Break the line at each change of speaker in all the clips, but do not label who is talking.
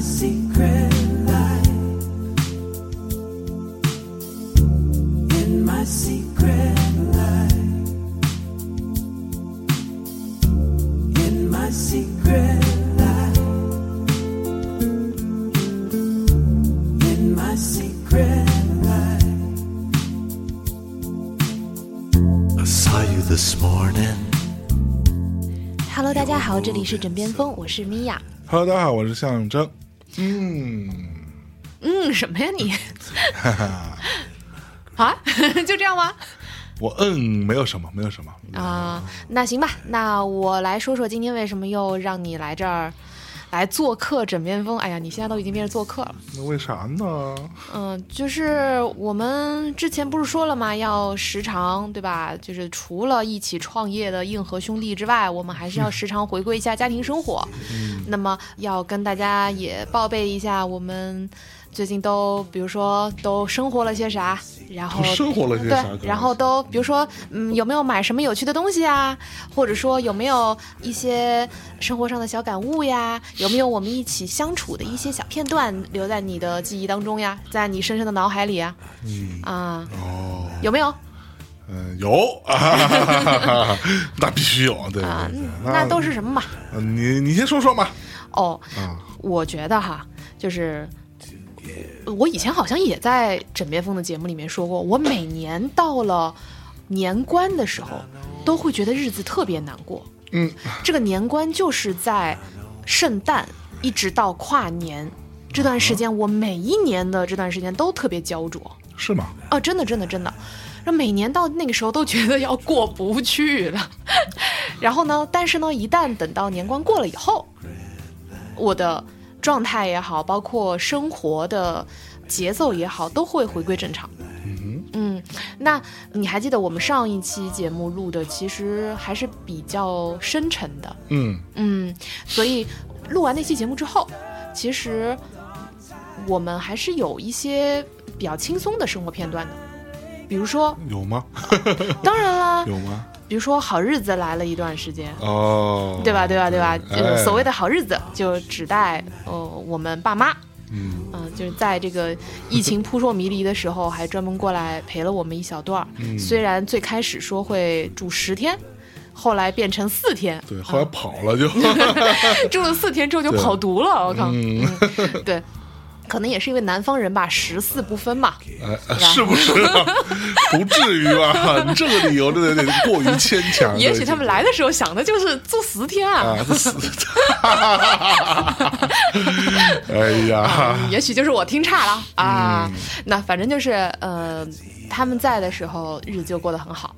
secret life. In my secret life. In my secret life. In my secret life.
I saw you this morning.
Hello，大家好，这里是枕边风，我是米娅。
Hello，大家好，我是向征。嗯，
嗯，什么呀你？ 啊， 就这样吗？
我嗯，没有什么，没有什么。
啊、那行吧，那我来说说今天为什么又让你来这儿来做客枕边风。哎呀，你现在都已经变成做客了。
那为啥呢？
嗯，就是我们之前不是说了吗？要时常对吧？就是除了一起创业的硬核兄弟之外，我们还是要时常回归一下家庭生活。那么要跟大家也报备一下，我们最近都比如说都生活了些啥，然后
都生活了些啥可能
对，然后都比如说嗯有没有买什么有趣的东西啊，或者说有没有一些生活上的小感悟呀，有没有我们一起相处的一些小片段留在你的记忆当中呀，在你深深的脑海里啊，嗯啊
哦，
有没有？
嗯，有 啊，那必须有，对对
啊
对。
那都是什么嘛？
呃你你先说说吧。
哦，
啊，
我觉得哈，就是我以前好像也在枕边风的节目里面说过，我每年到了年关的时候，都会觉得日子特别难过。
嗯，
这个年关就是在圣诞一直到跨年这段时间，我每一年的这段时间都特别焦灼。
是吗？
啊，真的真的真的，那每年到那个时候都觉得要过不去了。 然后呢，但是呢，一旦等到年关过了以后，我的状态也好，包括生活的节奏也好，都会回归正常。嗯，那你还记得我们上一期节目录的，其实还是比较深沉的，
嗯，
嗯，所以录完那期节目之后，其实我们还是有一些比较轻松的生活片段的，比如说，
有吗？
当然 啦，
有吗？
比如说好日子来了一段时间。
哦，
对吧？对吧？对吧？呃，
哎
所谓的好日子，就指代呃我们爸妈，
嗯
嗯、就是在这个疫情扑朔迷离的时候，还专门过来陪了我们一小段儿。
嗯
虽然最开始说会住十天，后来变成四天，
对，后来跑了就，
嗯 住了四天之后就
对
跑毒了，我靠！
嗯，
对，可能也是因为南方人吧，十四不分嘛。
哎哎 是不是啊？不至于吧？你这个理由真的有点过于牵强。
也许他们来的时候想的就是住十天啊，
啊，这死！ 哎呀，
嗯也许就是我听差了
嗯
啊。那反正就是，呃，他们在的时候日子就过得很好。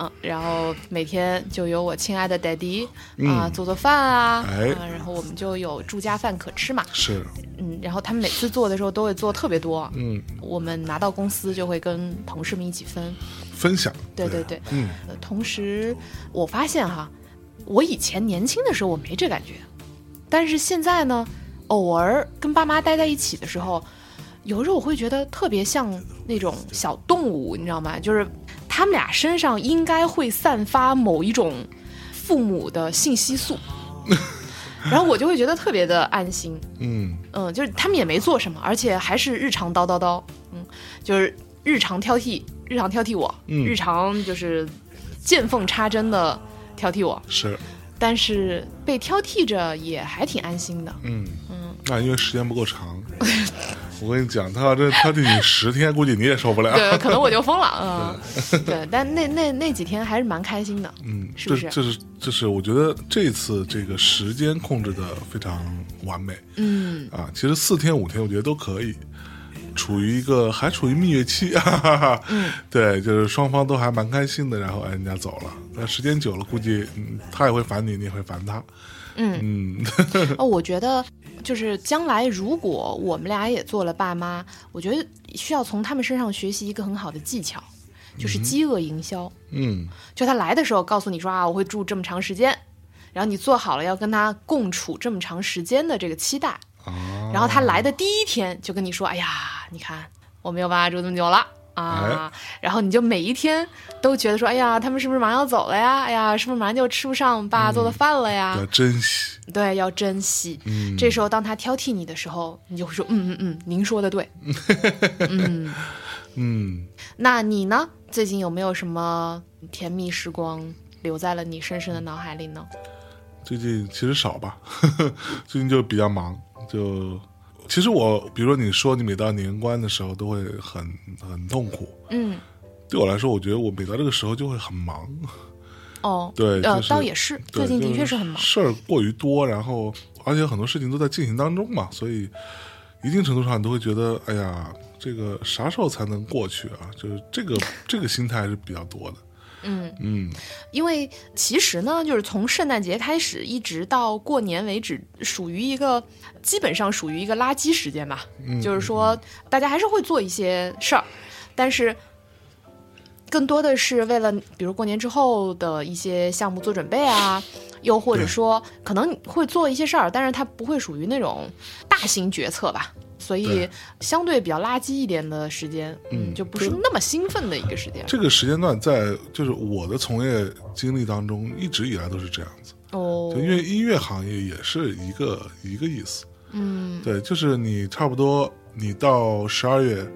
嗯，然后每天就有我亲爱的 daddy 啊、做做饭啊，
嗯哎
啊然后我们就有住家饭可吃嘛，
是，
嗯，然后他们每次做的时候都会做特别多，
嗯，
我们拿到公司就会跟同事们一起分，
分享，
对对对，
嗯
呃同时，我发现哈，我以前年轻的时候我没这感觉，但是现在呢，偶尔跟爸妈待在一起的时候，有时候我会觉得特别像那种小动物，你知道吗？就是他们俩身上应该会散发某一种父母的信息素，然后我就会觉得特别的安心。
嗯，
嗯，就是他们也没做什么，而且还是日常叨叨叨，嗯，就是日常挑剔，日常挑剔我，
嗯
日常就是见缝插针的挑剔我，
是，
但是被挑剔着也还挺安心的。
嗯嗯，那因为时间不够长， 我跟你讲，他要真挑剔你十天，估计你也受不了。
对，可能我就疯了啊、 嗯对，但那那那几天还是蛮开心的，
嗯，
是不是
这这是这是我觉得这次这个时间控制的非常完美
嗯，
啊，其实四天五天我觉得都可以。处于一个还处于蜜月期，哈哈哈。嗯，对，就是双方都还蛮开心的，然后哎，人家走了，但时间久了，估计嗯，他也会烦你，你也会烦他，嗯
哦，我觉得就是将来如果我们俩也做了爸妈，我觉得需要从他们身上学习一个很好的技巧，就是饥饿营销。
嗯
就他来的时候告诉你说啊，我会住这么长时间，然后你做好了要跟他共处这么长时间的这个期待，
啊，
然后他来的第一天就跟你说，哎呀，你看我没有办法住这么久了。啊，然后你就每一天都觉得说，哎呀，他们是不是马上要走了呀？哎呀，是不是马上就吃不上爸做的饭了呀？
要珍惜，
对，要珍惜。
嗯
这时候，当他挑剔你的时候，你就会说，嗯嗯嗯，您说的 对。
嗯，
那你呢？最近有没有什么甜蜜时光留在了你深深的脑海里呢？
最近其实少吧， 最近就比较忙，就其实我，比如说你说你每到年关的时候都会很很痛苦，
嗯，
对我来说，我觉得我每到这个时候就会很忙，
哦，
对
呃，
就是
倒也是，最
对
近
就
的确是很忙。
事儿过于多，然后而且很多事情都在进行当中嘛，所以一定程度上你都会觉得，哎呀，这个啥时候才能过去啊？就是这个这个心态是比较多的。
嗯
嗯，
因为其实呢，就是从圣诞节开始一直到过年为止，属于一个基本上属于一个垃圾时间吧。
嗯
就是说，大家还是会做一些事儿，但是更多的是为了，比如过年之后的一些项目做准备啊，又或者
对
说可能会做一些事儿，但是它不会属于那种大型决策吧。所以
对
相对比较垃圾一点的时间，嗯，
嗯
就不是那么兴奋的一个时间。
这个时间段在就是我的从业经历当中，一直以来都是这样子。
哦
就，因为音乐行业也是一个一个意思，
嗯
对，就是你差不多你到十二月，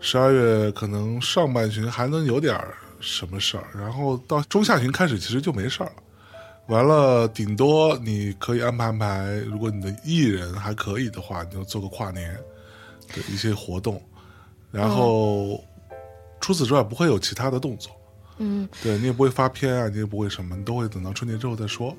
十二月可能上半旬还能有点儿什么事儿，然后到中下旬开始其实就没事儿了。完了，顶多你可以安排安排，如果你的艺人还可以的话，你就做个跨年的一些活动，
嗯
然后、除此之外不会有其他的动作，
嗯
对你也不会发片啊，你也不会什么，你都会等到春节之后再说。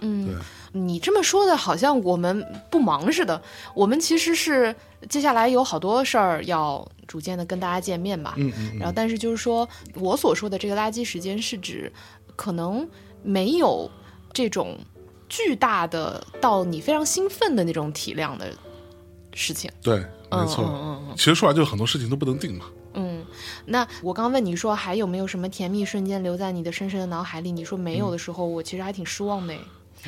嗯
对，，
你这么说的，好像我们不忙似的。我们其实是接下来有好多事儿要逐渐的跟大家见面吧。
嗯嗯嗯，
然后，但是就是说我所说的这个垃圾时间，是指可能没有这种巨大的到你非常兴奋的那种体量的事情。
对，
嗯
没错。
嗯嗯嗯
其实说来就很多事情都不能定嘛。
嗯，那我刚问你说还有没有什么甜蜜瞬间留在你的深深的脑海里？你说没有的时候，我其实还挺失望的诶。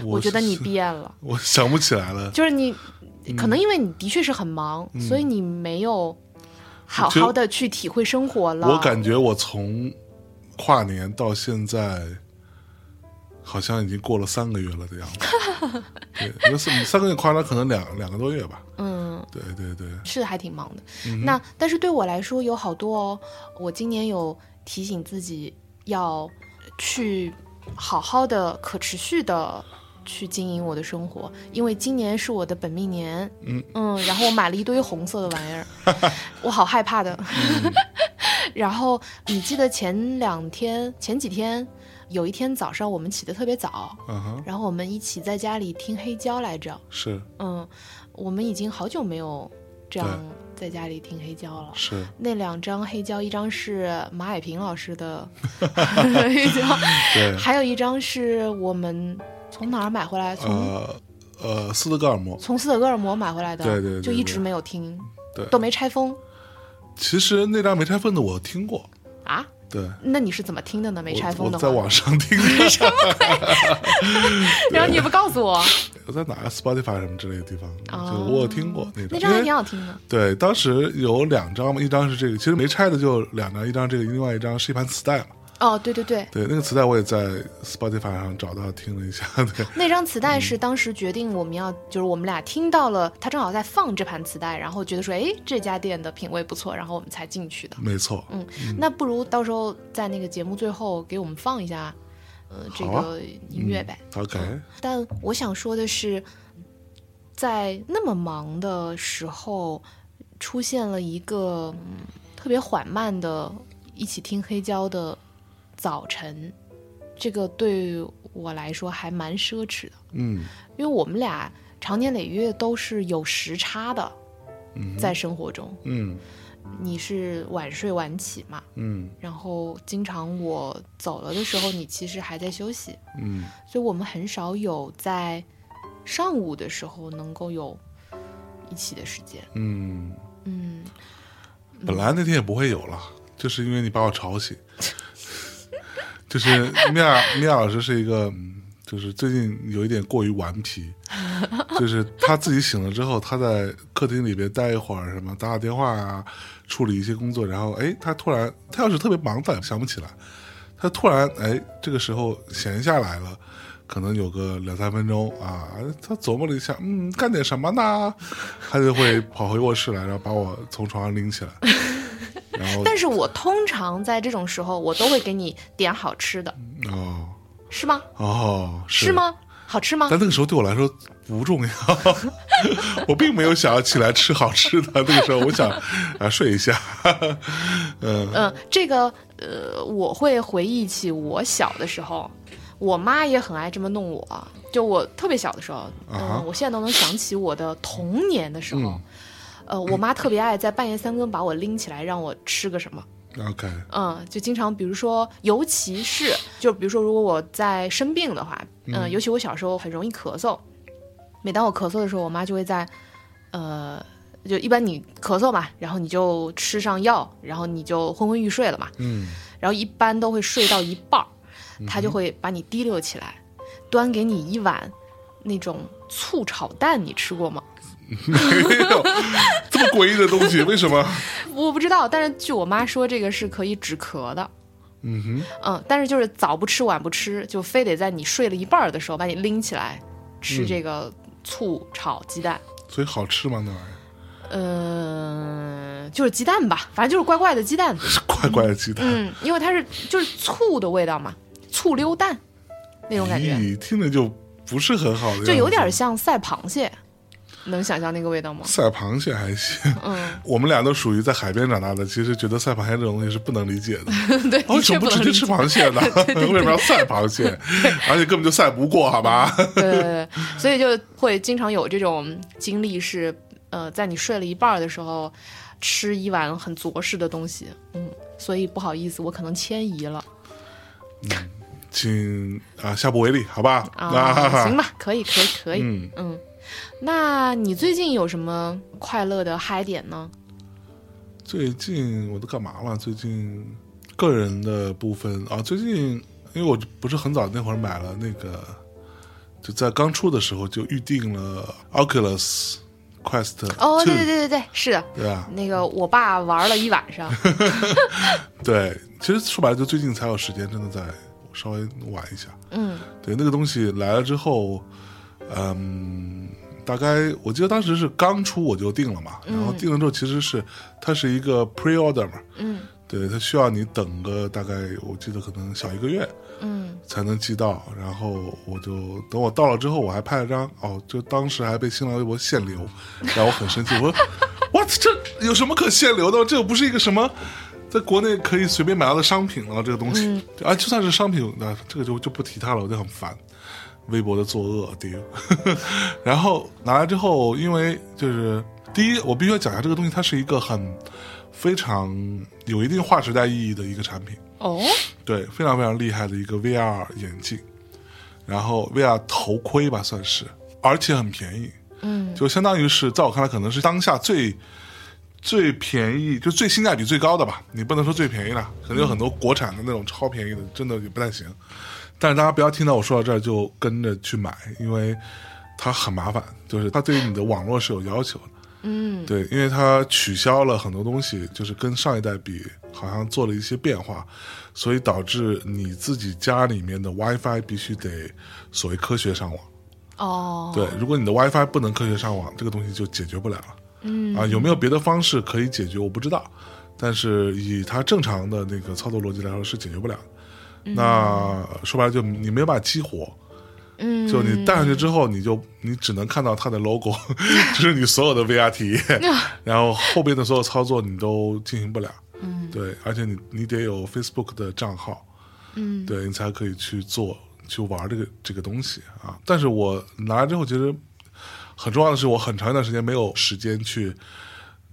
我觉得你
嗯是
变了。
我想不起来了。
就是你
嗯
可能因为你的确是很忙，所以你没有好好的去体会生活了。
我感觉我从跨年到现在，好像已经过了三个月了的样子。 对，那是三个月夸张，可能两两个多月吧。
嗯。
对对对，
是还挺忙的，那但是对我来说有好多哦。我今年有提醒自己要去好好的、可持续的去经营我的生活，因为今年是我的本命年。
嗯
然后我买了一堆红色的玩意儿，我好害怕的。 然后你记得前两天、前几天有一天早上我们起得特别早，
嗯哼，
然后我们一起在家里听黑胶来着。
是
嗯，我们已经好久没有这样在家里听黑胶了。
是，
那两张黑胶，一张是马海平老师的 黑胶，
对，
还有一张是我们从哪儿买回来？从、
呃呃，斯德哥尔摩。
从斯德哥尔摩买回来的，
对对对
就一直
对
没有听，
对，
都没拆封
其实那张没拆封的我听过，
啊？
对，
那你是怎么听的呢？没拆
我
封
我
的
在
话，
网 上听的，
然后你也不告诉我，
我在哪个 Spotify 什么之类的地方，
哦
就我有听过那张，
那张还
因为
挺好听的。
对，当时有两张嘛，一张是这个，其实没拆的就两张，一张这个，另外一张是一盘磁带嘛。
哦，对对对，
对，那个磁带我也在 Spotify 上找到听了一下。对，
那张磁
嗯
带是当时决定我们要，就是我们俩听到了，他正好在放这盘磁带，然后觉得说，哎，这家店的品味不错，然后我们才进去的。
没错，
嗯，那不如到时候在那个节目最后给我们放一下，呃，这
好啊
个音乐呗。
OK，
但我想说的是，在那么忙的时候，出现了一个、嗯特别缓慢的一起听黑胶的早晨，这个对我来说还蛮奢侈的。
嗯
因为我们俩长年累月都是有时差的，在生活中，
嗯
你是晚睡晚起嘛，
嗯
然后经常我走了的时候，你其实还在休息，
嗯，
所以我们很少有在上午的时候能够有一起的时间。
嗯，
嗯，
本来那天也不会有了，就是因为你把我吵醒。就是米娅，米娅老师是一个，嗯就是最近有一点过于顽 皮，就是他自己醒了之后，他在客厅里边待一会儿，什么打打电话啊，处理一些工作，然后哎，他突然，他要是特别忙，他也想不起来，他突然哎，这个时候闲下来了。可能有个两三分钟啊，他琢磨了一下，嗯，干点什么呢？他就会跑回卧室来，然后把我从床上拎起来，然 后
但是我通常在这种时候，我都会给你点好吃的，
哦
是吗？
哦，
是？吗？好吃吗
但？那个时候对我来说不重要， 我并没有想要起来吃好吃的。那个时候我想啊睡一下，嗯
嗯，这个呃，我会回忆起我小的时候，我妈也很爱这么弄我。就我特别小的时候，嗯、
啊哈嗯
我现在都能想起我的童年的时候，呃，我妈特别爱在半夜三更把我拎起来让我吃个什么。
，OK，
嗯，就经常，比如说，尤其是就比如说，如果我在生病的话，嗯、尤其我小时候很容易咳嗽，每当我咳嗽的时候，我妈就会在，呃，就一般你咳嗽嘛，然后你就吃上药，然后你就昏昏欲睡了嘛，
嗯，
然后一般都会睡到一半儿，她就会把你提溜起来，端给你一碗那种醋炒蛋，你吃过吗？
没有这么诡异的东西，为什么？
我不知道，但是据我妈说，这个是可以止咳的。
嗯哼，
嗯，但是就是早不吃晚不吃，就非得在你睡了一半儿的时候把你拎起来
嗯
吃这个醋炒鸡蛋。
所以好吃吗？那玩意儿
嗯、就是鸡蛋吧，反正就是怪怪的鸡蛋。
是怪怪的鸡蛋，
嗯，因为它是就是醋的味道嘛，醋溜蛋那种感觉，
咦，听着就不是很好的样
就
子，
有点像赛螃蟹，能想象那个味道吗？
赛螃蟹还行。
嗯，
我们俩都属于在海边长大的，其实觉得赛螃蟹这种东西是不能理解的。
对，
为
的确
什么
不
不
能
直
理解
接吃。螃蟹呢？ 为什么要赛螃蟹？ 而且根本就赛不过，好吧？
对对对，对所以就会经常有这种经历是，呃，在你睡了一半儿的时候，吃一碗很着实的东西，嗯，所以不好意思，我可能迁移了
请啊，下不为例，好吧？
啊，
那
行吧，可以，可以，可以，
嗯
那你最近有什么快乐的嗨点呢？
最近我都干嘛了？最近个人的部分啊，最近因为我不是很早那会儿买了那个，就在刚出的时候就预定了 Oculus Quest
哦，
2
对对对对对，是的，
对吧？
那个我爸玩了一晚 上，
对，其实说白了，就最近才有时间，真的在稍微玩一下。
嗯
对，那个东西来了之后，嗯，大概我记得当时是刚出我就定了嘛，然后定了之后其实是它是一个 pre order 嘛，
嗯
对，它需要你等个大概我记得可能小一个月
嗯
才能寄到，然后我就等我到了之后，我还拍了张哦，就当时还被新浪微博限流，然后我很生气，我说 what 这有什么可限流的？这又不是一个什么。在国内可以随便买到的商品了，这个东西、啊，就算是商品，那、这个就就不提它了，我就很烦。微博的作恶，丢。 然后拿来之后，因为就是第一，我必须要讲一下这个东西，它是一个很非常有一定划时代意义的一个产品，
哦，
对，非常非常厉害的一个 VR 眼镜，然后 VR 头盔吧算是，而且很便宜，
嗯，
就相当于是在我看来可能是当下最。最便宜就最性价比最高的吧，你不能说最便宜了，可能有很多国产的那种超便宜的，真的也不太行。但是大家不要听到我说到这儿就跟着去买，因为它很麻烦，就是它对于你的网络是有要求的。嗯，对，因为它取消了很多东西，就是跟上一代比，好像做了一些变化，所以导致你自己家里面的 WiFi 必须得所谓科学上网。
哦，
对，如果你的 WiFi 不能科学上网，这个东西就解决不了了。嗯啊，有没有别的方式可以解决？我不知道，但是以它正常的那个操作逻辑来说是解决不了的。那呃说白了就你没有办法激活，
嗯，
就你戴上去之后，你就你只能看到它的 logo，这 是你所有的 VR 体验，然后后边的所有操作你都进行不了。嗯，对，而且你你得有 Facebook 的账号，嗯，对你才可以去做去玩这个这个东西啊。但是我拿来之后，其实很重要的是，我很长一段时间没有时间去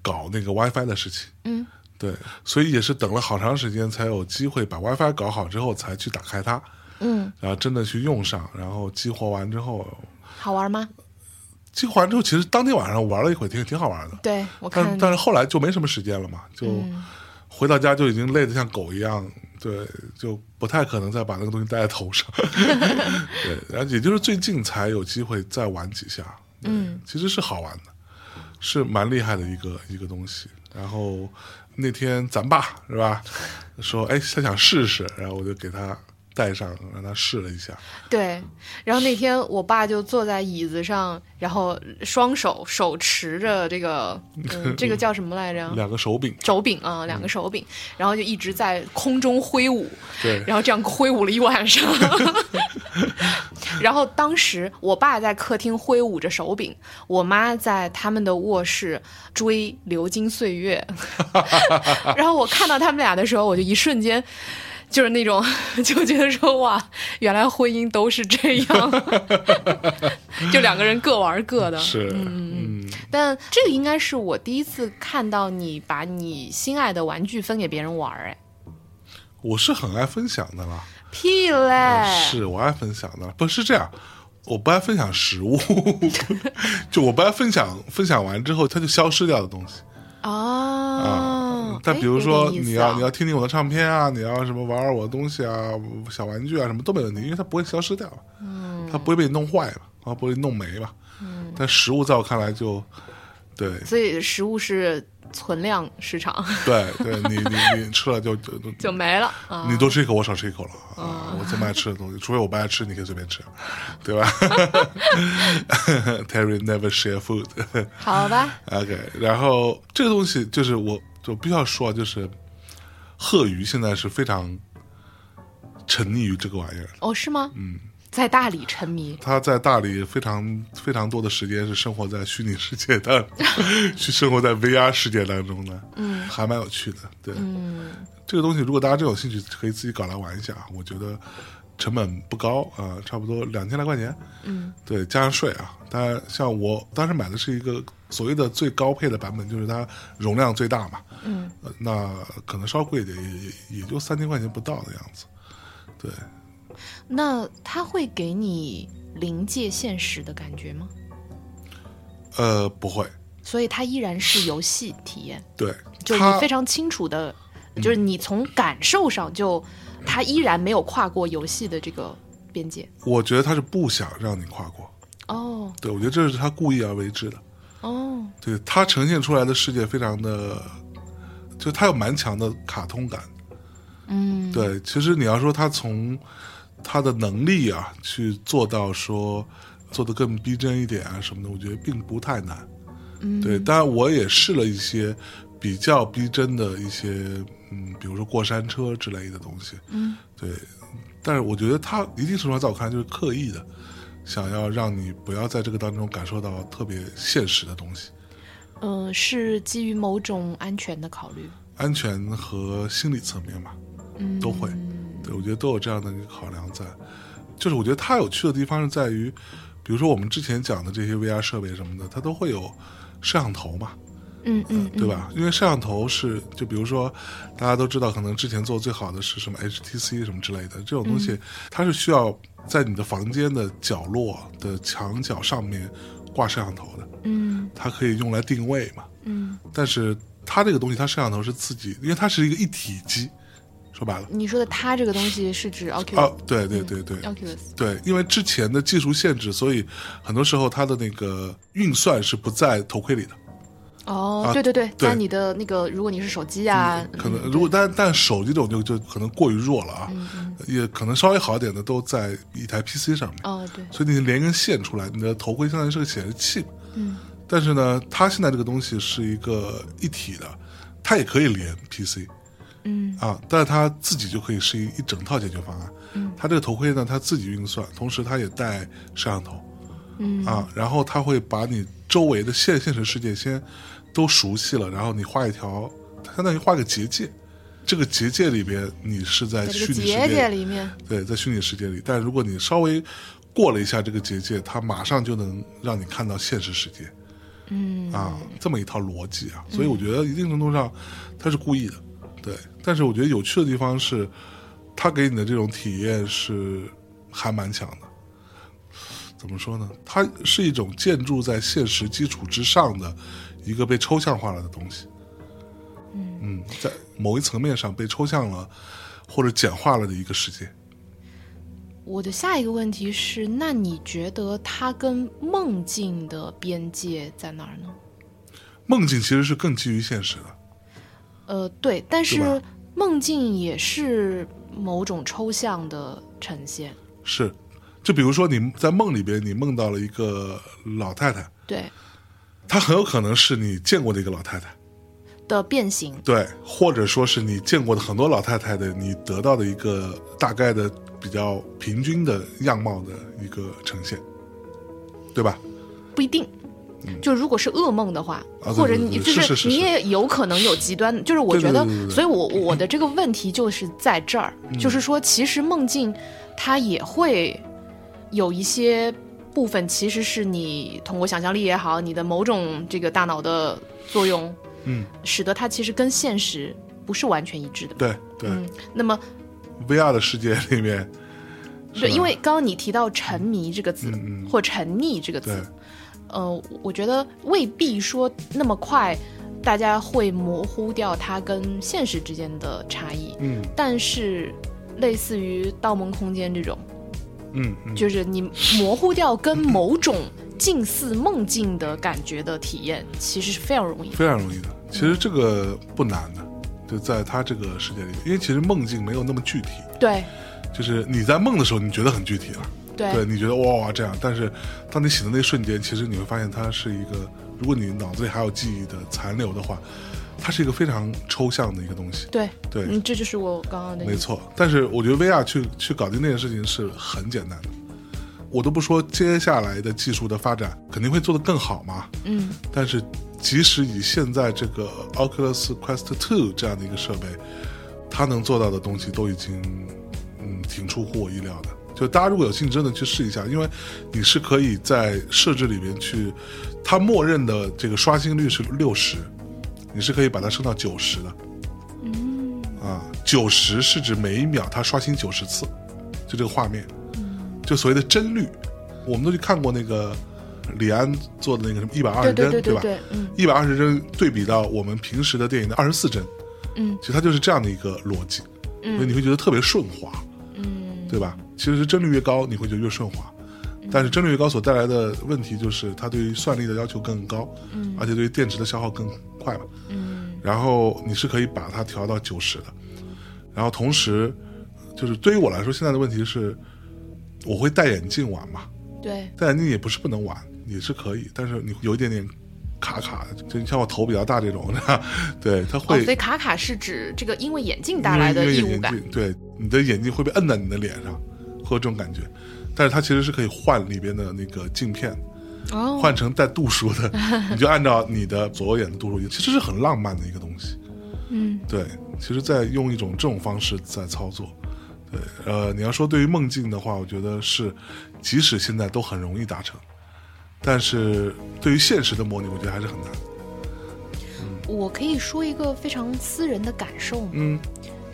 搞那个 WiFi 的事情。
嗯，
对，所以也是等了好长时间才有机会把 WiFi 搞好之后，才去打开它。
嗯，
然后真的去用上，然后激活完之后，
好玩吗？
激活完之后，其实当天晚上玩了一会儿，挺挺好玩的。
对我看嗯
但但是后来就没什么时间了嘛，就回到家就已经累得像狗一样，对，就不太可能再把那个东西戴在头 上。对，然后也就是最近才有机会再玩几下，嗯，其实是好玩的，是蛮厉害的一个一个东西。然后那天咱爸是吧，说哎他想试试，然后我就给他带上，让他试了一下。
对，然后那天我爸就坐在椅子上，然后双手手持着这个，嗯，这个叫什么来着？
两个手柄，
手柄啊，两个手柄，然后就一直在空中挥舞，
对
然后这样挥舞了一晚上。然后当时我爸在客厅挥舞着手柄，我妈在他们的卧室追《流金岁 月》，然后我看到他们俩的时候，我就一瞬间。就是那种， 就觉得说哇，原来婚姻都是这 样，就两个人各玩各的。
是，嗯，
但这个应该是我第一次看到你把你心爱的玩具分给别人玩儿，哎，
我是很爱分享的啦，
屁嘞！
啊是我爱分享的，不是这样。我不爱分享食物， 就我不爱分享，分享完之后它就消失掉的东西。
哦，
啊但
哎
比如说
有点意思
你要、
啊
你要听听我的唱片啊，你要什么玩玩我的东西啊，小玩具啊什么都没问题，因为它不会消失掉，嗯，它不会被你弄坏吧，它不会弄没吧。嗯，但食物在我看来就，对
所以食物是存量市场
对对，你你你吃了就就
就没了啊。
你多吃一口，我少吃一口了啊！我这么爱吃的东西，除非我不爱吃，你可以随便吃，对吧 ？Terry never share food 。
好吧，
OK，然后这个东西就是我，我必须要说，啊就是贺鱼现在是非常沉溺于这个玩意儿，
哦，是吗？嗯，在大理沉迷，
他在大理非常非常多的时间是生活在虚拟世界当中，去生活在 VR 世界当中的，嗯，还蛮有趣的。对，嗯，这个东西如果大家真有兴趣，可以自己搞来玩一下，我觉得成本不高啊、呃差不多两千来块钱，嗯，对，加上税啊。但像我当时买的是一个所谓的最高配的版本，就是它容量最大嘛，嗯、那可能稍贵一点，也也也就三千块钱不到的样子，对。
那它会给你临界现实的感觉吗？
呃，不会，
所以它依然是游戏体验，
对，
就是
它嗯
你非常清楚的，就是你从感受上就，它依然没有跨过游戏的这个边界。
我觉得他是不想让你跨过，
哦
对我觉得这是他故意而为之的。
哦，
对他呈现出来的世界非常的，就他有蛮强的卡通感。
嗯，
对，其实你要说他从他的能力啊去做到说做的更逼真一点啊什么的，我觉得并不太难。嗯，对，当然我也试了一些比较逼真的一些，嗯，比如说过山车之类的东西。嗯，对，但是我觉得他一定程度上在我看来就是刻意的。想要让你不要在这个当中感受到特别现实的东西，
嗯、是基于某种安全的考虑。
安全和心理层面吧，
嗯
都会。对，我觉得都有这样的一个考量在。就是我觉得它有趣的地方是在于，比如说我们之前讲的这些 VR 设备什么的，它都会有摄像头嘛，
嗯嗯
对吧？因为摄像头是，就比如说大家都知道，可能之前做最好的是什么 HTC 什么之类的这种东西，
嗯
它是需要在你的房间的角落的墙角上面挂摄像头的。
嗯
它可以用来定位嘛。
嗯，
但是它这个东西，它摄像头是自己，因为它是一个一体机，说白了，
你说的它这个东西是指 Oculus，、
啊，对对对对、
Oculus，
对，因为之前的技术限制，所以很多时候它的那个运算是不在头盔里的。
哦，
啊
对对对，
对嗯
在你的那个，如果你是手机啊，
可能如果但但手机这种就就可能过于弱了啊，也可能稍微好一点的都在一台 PC 上面。
哦对，
所以你连根线出来，你的头盔相当于是个显示器嘛。
嗯。
但是呢，它现在这个东西是一个一体的，它也可以连 PC。
嗯。
啊，但是它自己就可以是一一整套解决方案。嗯。它这个头盔呢，它自己运算，同时它也带摄像头。嗯。啊，然后它会把你周围的现现实世界先都熟悉了，然后你画一条，它相当于画个结界。这个结界里边，你是在
在这
虚
个
拟世界
结界里面，
对，在虚拟世界里，但如果你稍微过了一下这个结界，它马上就能让你看到现实世界。嗯啊，这么一套逻辑啊，所以我觉得一定程度上它是故意的，对。但是我觉得有趣的地方是，它给你的这种体验是还蛮强的。怎么说呢？它是一种建筑在现实基础之上的一个被抽象化了的东西。嗯在某一层面上被抽象了或者简化了的一个世界。
我的下一个问题是，那你觉得它跟梦境的边界在哪儿呢？
梦境其实是更基于现实的，
呃，对，但
对
是梦境也是某种抽象的呈现。
是，就比如说你在梦里边，你梦到了一个老太太，
对
她很有可能是你见过的一个老太太，
的变形，
对，或者说是你见过的很多老太太的，你得到的一个大概的比较平均的样貌的一个呈现，对吧？
不一定。就如果是噩梦的话，
嗯啊对
或者
对对
你
对
就是
是是
你
是
也有可能有极端的，就是我
对
觉
对
得
对对，对嗯
所以我我的这个问题就是在这儿，就是说，其实梦境它也会有一些部分，其实是你通过想象力也好，你的某种这个大脑的作用，
嗯，
使得它其实跟现实不是完全一致的。
对对、
嗯，那么
v r 的世界里面，
对，因为刚刚你提到“沉迷”这个字，
啊嗯嗯
或“沉溺”这个
对
字，呃，我觉得未必说那么快，大家会模糊掉它跟现实之间的差异。
嗯
但是，类似于《盗梦空间》这种，
嗯嗯，
就是你模糊掉跟某种近似梦境的感觉的体验，其实是非常容易的。
非常容易的。其实这个不难的，就在他这个世界里面，因为其实梦境没有那么具体，
对
就是你在梦的时候，你觉得很具体了。
对
对，你觉得哇这样，但是当你醒的那一瞬间，其实你会发现它是一个，如果你脑子里还有记忆的残留的话，它是一个非常抽象的一个东西。
对
对
嗯，这就是我刚刚的意思
没。错，但是我觉得 VR 去去搞定那件事情是很简单的，我都不说接下来的技术的发展肯定会做得更好嘛，
嗯，
但是即使以现在这个 Oculus Quest 2这样的一个设备，它能做到的东西都已经嗯挺出乎我意料的。就大家如果有兴趣，真的去试一下，因为你是可以在设置里面去，它默认的这个刷新率是六十，你是可以把它升到九十的。嗯，啊，九十是指每一秒它刷新九十次，就这个画面，
嗯
就所谓的帧率，我们都去看过那个李安做的那个什么一百二
对对对
十帧，
对
吧？
对，嗯
一百二十帧对比到我们平时的电影的二十四帧，
嗯，
其实它就是这样的一个逻辑，所以你
嗯
会觉得特别顺滑，
嗯，
对吧？其实帧率越高，你会觉得越顺滑，但是帧率越高所带来的问题就是它对于算力的要求更高，
嗯
而且对于电池的消耗更快嘛。
嗯
然后你是可以把它调到九十的，然后同时就是对于我来说，现在的问题是，我会戴眼镜玩嘛，
对，
戴眼镜也不是不能玩，也是可以，但是你有一点点卡卡的，就你像我头比较大这种， 对，它
哦
会，
所以卡卡是指这个因为眼镜带来的
因为
异
因为
物
眼
感。
镜，对，你的眼睛会被摁在你的脸上，会有这种感觉。但是它其实是可以换里边的那个镜片，
哦
换成带度数的，你就按照你的左右眼的度数，其实是很浪漫的一个东西。
嗯，
对，其实，在用一种这种方式在操作。对，呃，你要说对于梦境的话，我觉得是，即使现在都很容易达成，但是对于现实的模拟，我觉得还是很难。
我可以说一个非常私人的感受吗？
嗯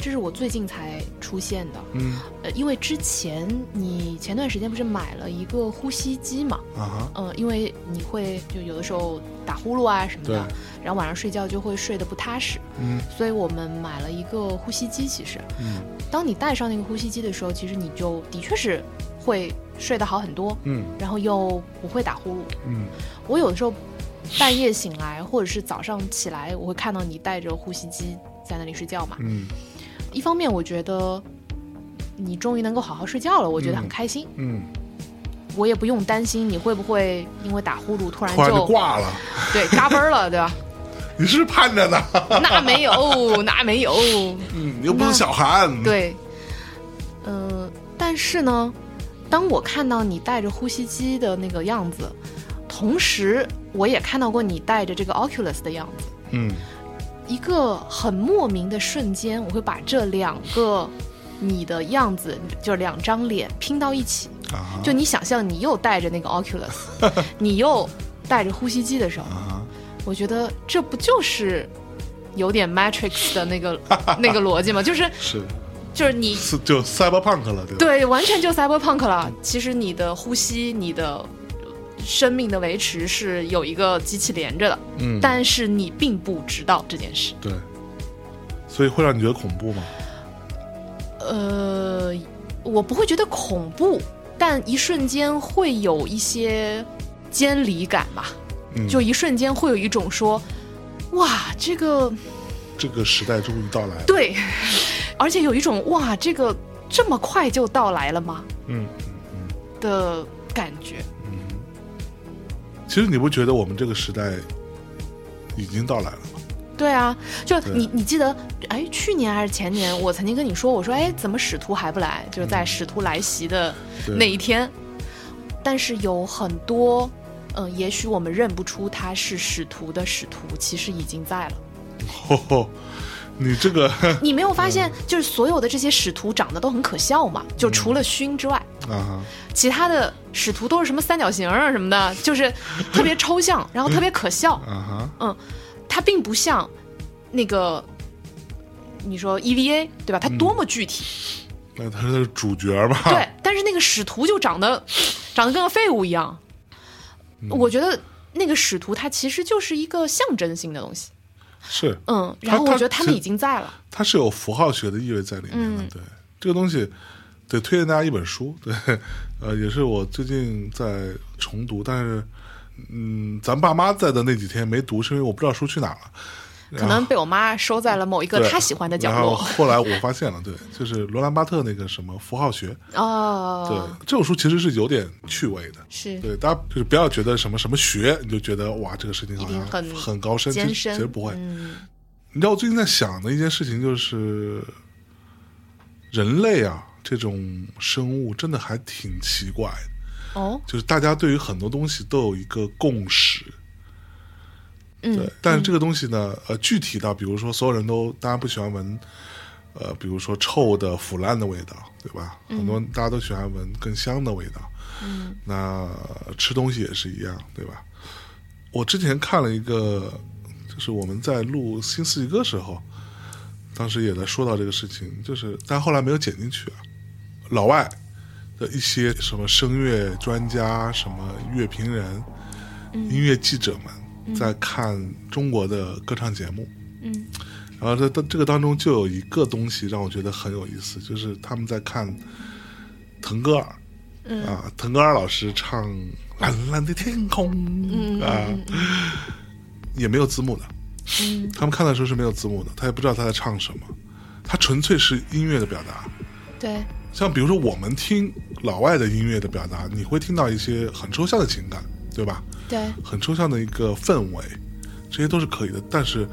这是我最近才出现的。
嗯
呃，因为之前你前段时间不是买了一个呼吸机嘛？
啊哈，
嗯、因为你会就有的时候打呼噜啊什么
对
的，然后晚上睡觉就会睡得不踏实，
嗯
所以我们买了一个呼吸机。其实，
嗯
当你戴上那个呼吸机的时候，其实你就的确是会睡得好很多，
嗯
然后又不会打呼噜。
嗯
我有的时候半夜醒来，或者是早上起来，我会看到你带着呼吸机在那里睡觉嘛。
嗯
一方面，我觉得你终于能够好好睡觉了，我觉得很开心。
嗯，
我也不用担心你会不会因为打呼噜突然
突然就
就
挂了，
对嘎嘣儿了，对吧？
你是不是盼着呢？
那没有，那没有，
嗯，你又不是小韩，，
对，嗯、但是呢，当我看到你带着呼吸机的那个样子，同时我也看到过你带着这个 Oculus 的样子。
嗯
一个很莫名的瞬间，我会把这两个你的样子，就两张脸拼到一起。
啊哈
就你想象你又戴着那个 Oculus，你又戴着呼吸机的时候，
啊哈，
我觉得这不就是有点 Matrix 的那 个那个逻辑吗？就是
是
就是你
是就 cyberpunk 了，对吧？
对，完全就 Cyberpunk 了。其实你的呼吸，你的。生命的维持是有一个机器连着的，
嗯
但是你并不知道这件事。
对，所以会让你觉得恐怖吗？
呃，我不会觉得恐怖，但一瞬间会有一些间离感吧，
嗯，
就一瞬间会有一种说，哇，这个
这个时代终于到来了。
对，而且有一种哇，这个这么快就到来了吗
嗯，
的感觉。
其实你不觉得我们这个时代已经到来了吗？
对啊，就
对
你你记得，哎，去年还是前年，我曾经跟你说，我说，哎，怎么使徒还不来？就是在使徒来袭的
嗯对
那一天。但是有很多，嗯、也许我们认不出他是使徒的使徒，其实已经在了。
吼吼，你这个 啊
你没有发
嗯
现，就是所有的这些使徒长得都很可笑嘛？就除了勋之外，
啊，
其他的使徒都是什么三角形啊什么的，就是特别抽 象，然后特别可笑。
啊哈，
嗯，它并不像那个你说 EVA 对吧？它多么具体，
那他是主角吧？
对。但是那个使徒就长得长得跟个废物一样。
嗯
我觉得那个使徒它其实就是一个象征性的东西，
是，
嗯。
它
然后我
它
觉得他们
是
已经在了，
它是有符号学的意味在里面
嗯
的。对，这个东西得推荐大家一本书，对， 呃，也是我最近在重读，但是，嗯，咱爸妈在的那几天没读，是因为我不知道书去哪了。
可能被我妈收在了某一个
对
她喜欢的角
然后
落。
后来我发现了，对， 就是罗兰巴特那个什么符号学，对
哦，，
这种书其实是有点趣味的。
是
对，大家就是不要觉得什么什么学，你就觉得哇，这个事情好
一
像
定很
很高深，
艰
其实
深
其实不会。
嗯
你知道我最近在想的一件事情就是，人类啊这种生物真的还挺奇怪的，
哦，
就是大家对于很多东西都有一个共识，对
嗯，，
但是这个东西呢，呃，具体到比如说所有人都大家不喜欢闻，呃，比如说臭的腐烂的味道，对吧？很
嗯
多大家都喜欢闻更香的味道，嗯，那吃东西也是一样，对吧？我之前看了一个，就是我们在录《新世纪歌》时候，当时也在说到这个事情，就是但后来没有剪进去啊。老外的一些什么声乐专家、什么乐评人、
嗯
音乐记者们在看中国的歌唱节目，
嗯，
然后这这个当中就有一个东西让我觉得很有意思，就是他们在看腾格尔，
嗯
啊，腾格尔老师唱《蓝蓝的天空》
嗯
啊，也没有字幕的，
嗯
他们看的时候是没有字幕的，他也不知道他在唱什么，他纯粹是音乐的表达，
对，
像比如说我们听老外的音乐的表达，你会听到一些很抽象的情感，对吧？
对，
很抽象的一个氛围，这些都是可以的。但是，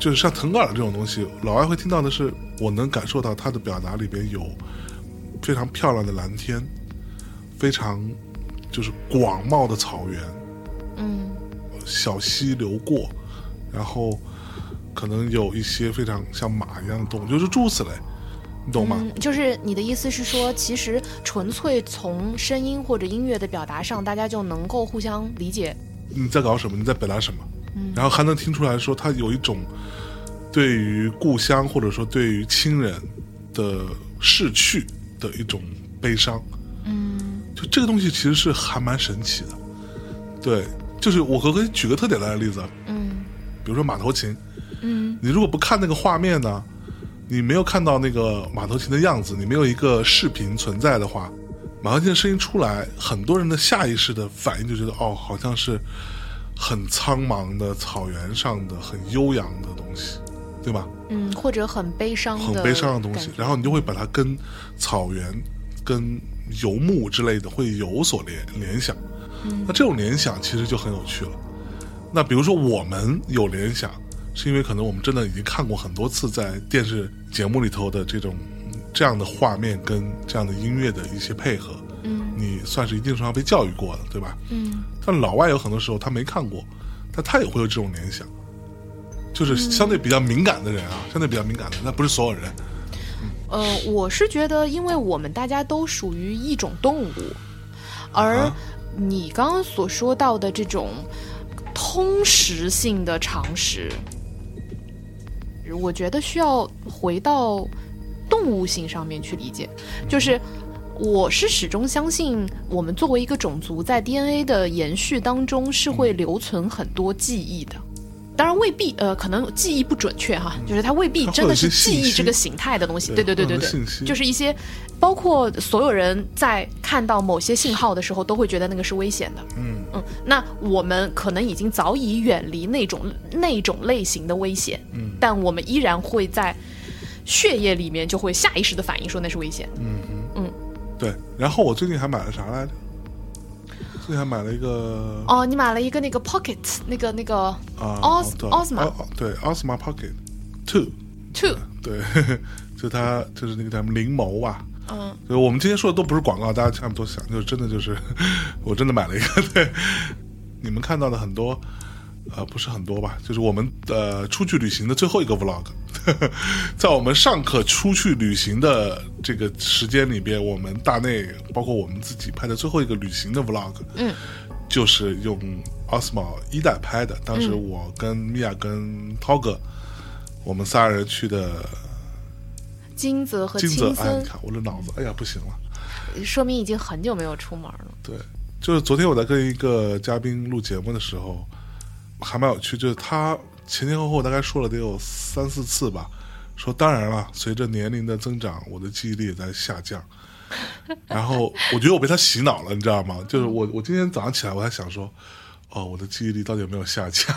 就是像腾格尔这种东西，老外会听到的是，我能感受到他的表达里边有非常漂亮的蓝天，非常就是广袤的草原，
嗯
小溪流过，然后可能有一些非常像马一样的动物，就是诸如此类，你懂吗？
嗯，就是你的意思是说，其实纯粹从声音或者音乐的表达上，大家就能够互相理解。
你在搞什么，你在表达什么，然后还能听出来说他有一种对于故乡或者说对于亲人的逝去的一种悲伤。嗯，就这个东西其实是还蛮神奇的。对，就是我可不可以举个特简单的例子啊，
嗯
比如说马头琴，
嗯
你如果不看那个画面呢，你没有看到那个马头琴的样子，你没有一个视频存在的话，马头琴的声音出来，很多人的下意识的反应就觉得，哦，好像是很苍茫的草原上的很悠扬的东西，对吧？
嗯，或者很悲伤的，
很悲伤的东西，。然后你就会把它跟草原、跟游牧之类的会有所联联想。
嗯
那这种联想其实就很有趣了。那比如说我们有联想，是因为可能我们真的已经看过很多次在电视节目里头的这种这样的画面跟这样的音乐的一些配合，嗯，你算是一定程度上被教育过了，对吧？
嗯，
但老外有很多时候他没看过，但他也会有这种联想。就是
嗯
相对比较敏感的人啊，相对比较敏感的，那不是所有人，
呃，我是觉得，因为我们大家都属于一种动物，而
啊
你刚刚所说到的这种通识性的常识，我觉得需要回到动物性上面去理解，就是。我是始终相信，我们作为一个种族，在 DNA 的延续当中是会
嗯
留存很多记忆的。当然未必，呃，可能记忆不准确哈，就是它未必
它会
真的
有一些
是记
信
忆
息
这个形态的东西。
对
对对对对
会有
对，
信息
就是一些包括所有人在看到某些信号的时候，都会觉得那个是危险的。
嗯
嗯，那我们可能已经早已远离那种那种类型的危险，
嗯，
但我们依然会在血液里面就会下意识的反应说那是危险。
嗯对，然后我最近还买了啥来着？最近还买了一个
哦，你买了一个那个 Pocket 那个那个
啊
Os
对
Osmo
哦对 Osmo Pocket Two，
Two，
对， 就它就是那个叫什么灵眸吧。
嗯，
就我们今天说的都不是广告，大家千万不要想，就是真的就是我真的买了一个。对，你们看到的很多，呃，不是很多吧，就是我们呃出去旅行的最后一个 vlog，在我们上课出去旅行的这个时间里边，我们大内包括我们自己拍的最后一个旅行的 vlog，嗯，就是用 Osmo 一代拍的，当时
嗯
我跟米娅跟涛哥，我们仨人去的。
金泽和
金泽，
青
哎，你
森，
看我这脑子，哎呀，不行了。
说明已经很久没有出门了。
对，就是昨天我在跟一个嘉宾录节目的时候，还蛮有趣，就是他前前后后大概说了得有三四次吧，说当然了，随着年龄的增长，我的记忆力也在下降。然后我觉得我被他洗脑了，你知道吗？就是我我今天早上起来我还想说，哦，我的记忆力到底有没有下降？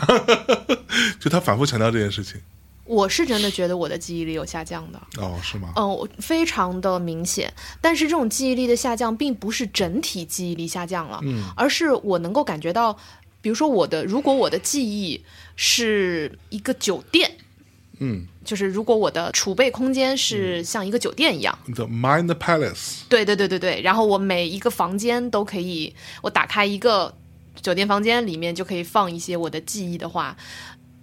就他反复强调这件事情。
我是真的觉得我的记忆力有下降的，
哦，是吗？
嗯、我非常的明显。但是这种记忆力的下降，并不是整体记忆力下降了，嗯、而是我能够感觉到，比如说我的，如果我的记忆是一个酒店，
嗯，
就是如果我的储备空间是像一个酒店一样，
你的 Mind Palace，
对对对对对，然后我每一个房间都可以，我打开一个酒店房间，里面就可以放一些我的记忆的话，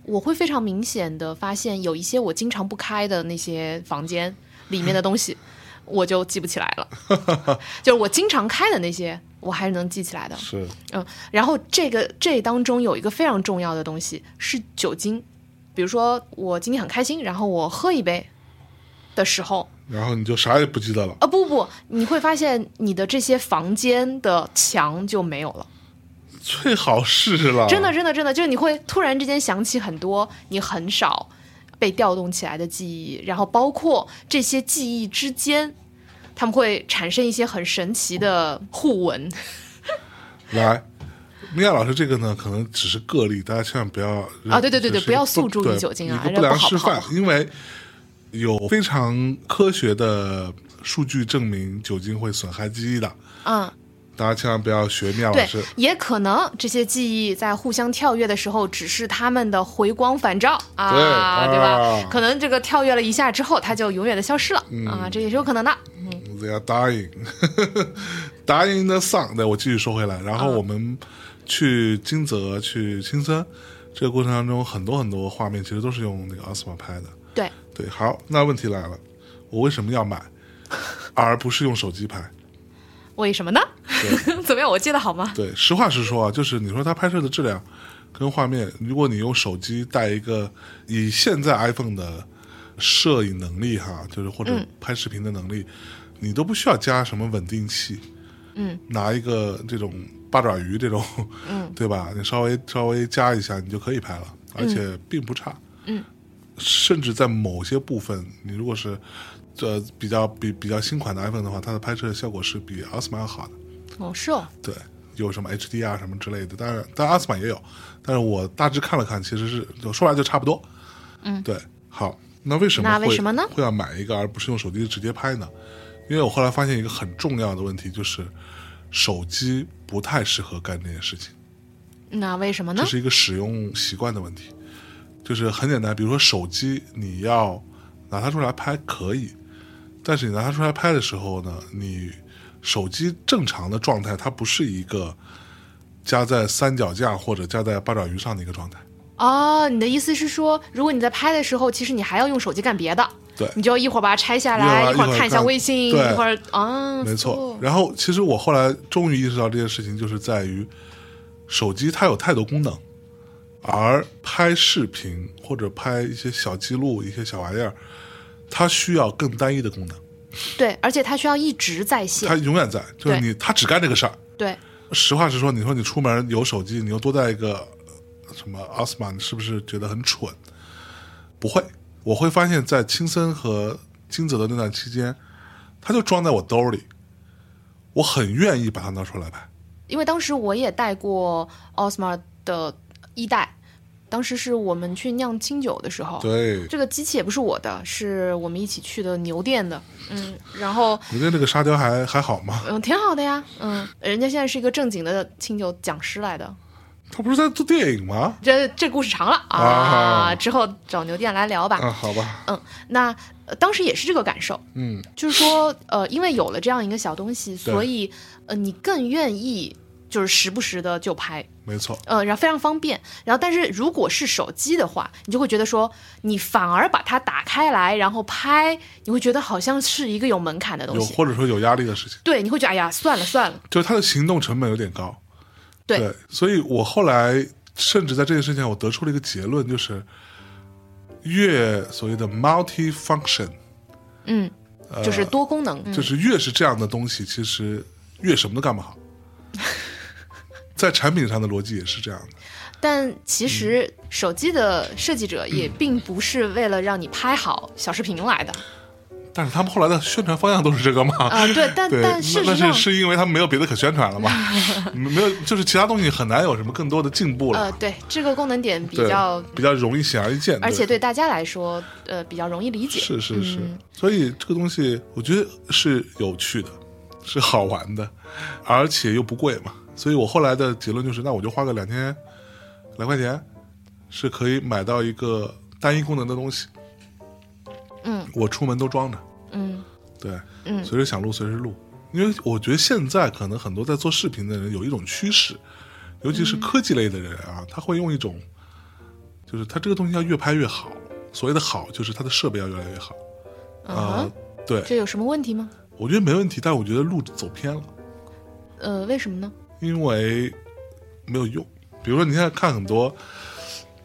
我会非常明显的发现有一些我经常不开的那些房间里面的东西，我就记不起来了。就是我经常开的那些，我还是能记起来的。
是
嗯，然后这个这当中有一个非常重要的东西是酒精，比如说我今天很开心，然后我喝一杯的时候，
然后你就啥也不记得了，
啊不不，你会发现你的这些房间的墙就没有了，
最好是了，
真的真的真的，就是你会突然之间想起很多你很少被调动起来的记忆，然后包括这些记忆之间，他们会产生一些很神奇的互文。
来，米娅老师这个呢，可能只是个例，大家千万不要
啊对对对对
这是一个
不要诉诸于
对
酒精啊
一个
这
不良
不好
示
不
范
好，
因为有非常科学的数据证明酒精会损害记忆的，
嗯，
大家千万不要学米娅老
对
师。，
也可能这些记忆在互相跳跃的时候，只是他们的回光返照啊，
对
对
啊
吧？可能这个跳跃了一下之后，它就永远的消失了、啊，这也是有可能的。
嗯 They are dying, dying the song。对，我继续说回来，然后我们去金泽、去青森，这个过程当中，很多很多画面其实都是用那个 Osmo 拍的。
对，
对，好，那问题来了，我为什么要买，而不是用手机拍？
为什么呢？ 怎么样？我记得好吗？
对，实话实说啊，就是你说它拍摄的质量跟画面，如果你用手机带一个以现在 iPhone 的摄影能力哈，就是或者拍视频的能力，你都不需要加什么稳定器，嗯，拿一个这种八爪鱼这种，嗯， 对吧？你稍微稍微加一下，你就可以拍了，而且并不差，嗯，甚至在某些部分，你如果是。这比较比比较新款的 iPhone 的话，它的拍摄效果是比 Osmo 要好的。
哦，是哦，
对，有什么 HD 啊什么之类的，当然，当然阿斯玛也有，但是我大致看了看，其实是就说来就差不多。嗯，对，好，那为什么
那
会
为什么呢
会要买一个而不是用手机直接拍呢？因为我后来发现一个很重要的问题，就是手机不太适合干这件事情，
那为什么呢
这？是一个使用习惯的问题。就是很简单，比如说手机，你要拿它出来拍可以，但是你拿它出来拍的时候呢，你手机正常的状态，它不是一个加在三脚架或者加在八爪鱼上的一个状态。
哦，你的意思是说，如果你在拍的时候，其实你还要用手机干别的，
对，
你就要一会儿把它拆下来，
一会儿
一会
一会
儿
儿
看一下
看
微信，
对
一会儿啊，
没错
哦。
然后其实我后来终于意识到这件事情，就是在于手机它有太多功能，而拍视频或者拍一些小记录、一些小玩意儿，它需要更单一的功能，
对，而且它需要一直在
它
线，
永远在，就是
对
你它只干这个事儿。
对，
实话实说，你说你出门有手机，你又多带一个呃什么奥斯曼，你是不是觉得很蠢？不会，我会发现，在青森和金泽的那段期间，它就装在我兜里，我很愿意把它拿出来拍。
因为当时我也带过 Osmo 的一代，当时是我们去酿清酒的时候，
对，
这个机器也不是我的，是我们一起去的牛店的，嗯，然后
你对那个沙雕还还好吗？
嗯，挺好的呀，嗯，人家现在是一个正经的清酒讲师来的，
他不是在做电影吗？
这这故事长了啊，
啊
之后找牛店来聊吧，
啊，好吧，
嗯，那、呃当时也是这个感受，
嗯，
就是说，呃，因为有了这样一个小东西，所以呃，你更愿意就是时不时的就拍，
没错，
呃，然后非常方便。然后，但是如果是手机的话，你就会觉得说，你反而把它打开来，然后拍，你会觉得好像是一个有门槛的东
有
西。
或者说有压力的事情，
对，你会觉得哎呀，算了算了，
就是他的行动成本有点高。
对
所以我后来甚至在这件事情上，我得出了一个结论，就是越所谓的 multi function，
嗯，
呃、
就是多功能，嗯
就是越是这样的东西，其实越什么都干不 好。在产品上的逻辑也是这样的，
但其实手机的设计者也并不是为了让你拍好小视频 来的，
但是他们后来的宣传方向都是这个嘛？
啊、对，但
对，
但事
那
实
那
上
是是因为他们没有别的可宣 传了嘛？没有，就是其他东西很难有什么更多的进步了。
呃，对，这个功能点比
对
较，
比较容易显而易见，
而且对大家来说，呃，比较容易理解。
是是是，所以这个东西我觉得是有趣的，是好玩的， 而且又不贵嘛。所以我后来的结论就是，那我就花个两千两块钱，是可以买到一个单一功能的东西。
嗯，
我出门都装着，
嗯
对，
嗯
随时想录随时录。因为我觉得现在可能很多在做视频的人有一种趋势，尤其是科技类的人啊，他会用一种，就是他这个东西要越拍越好。所谓的好，就是他的设备要越来越好。
嗯
啊
哼，，
对，
这有什么问题吗？
我觉得没问题，但我觉得路走偏了，
呃，为什么呢？
因为没有用。比如说，你现在看很多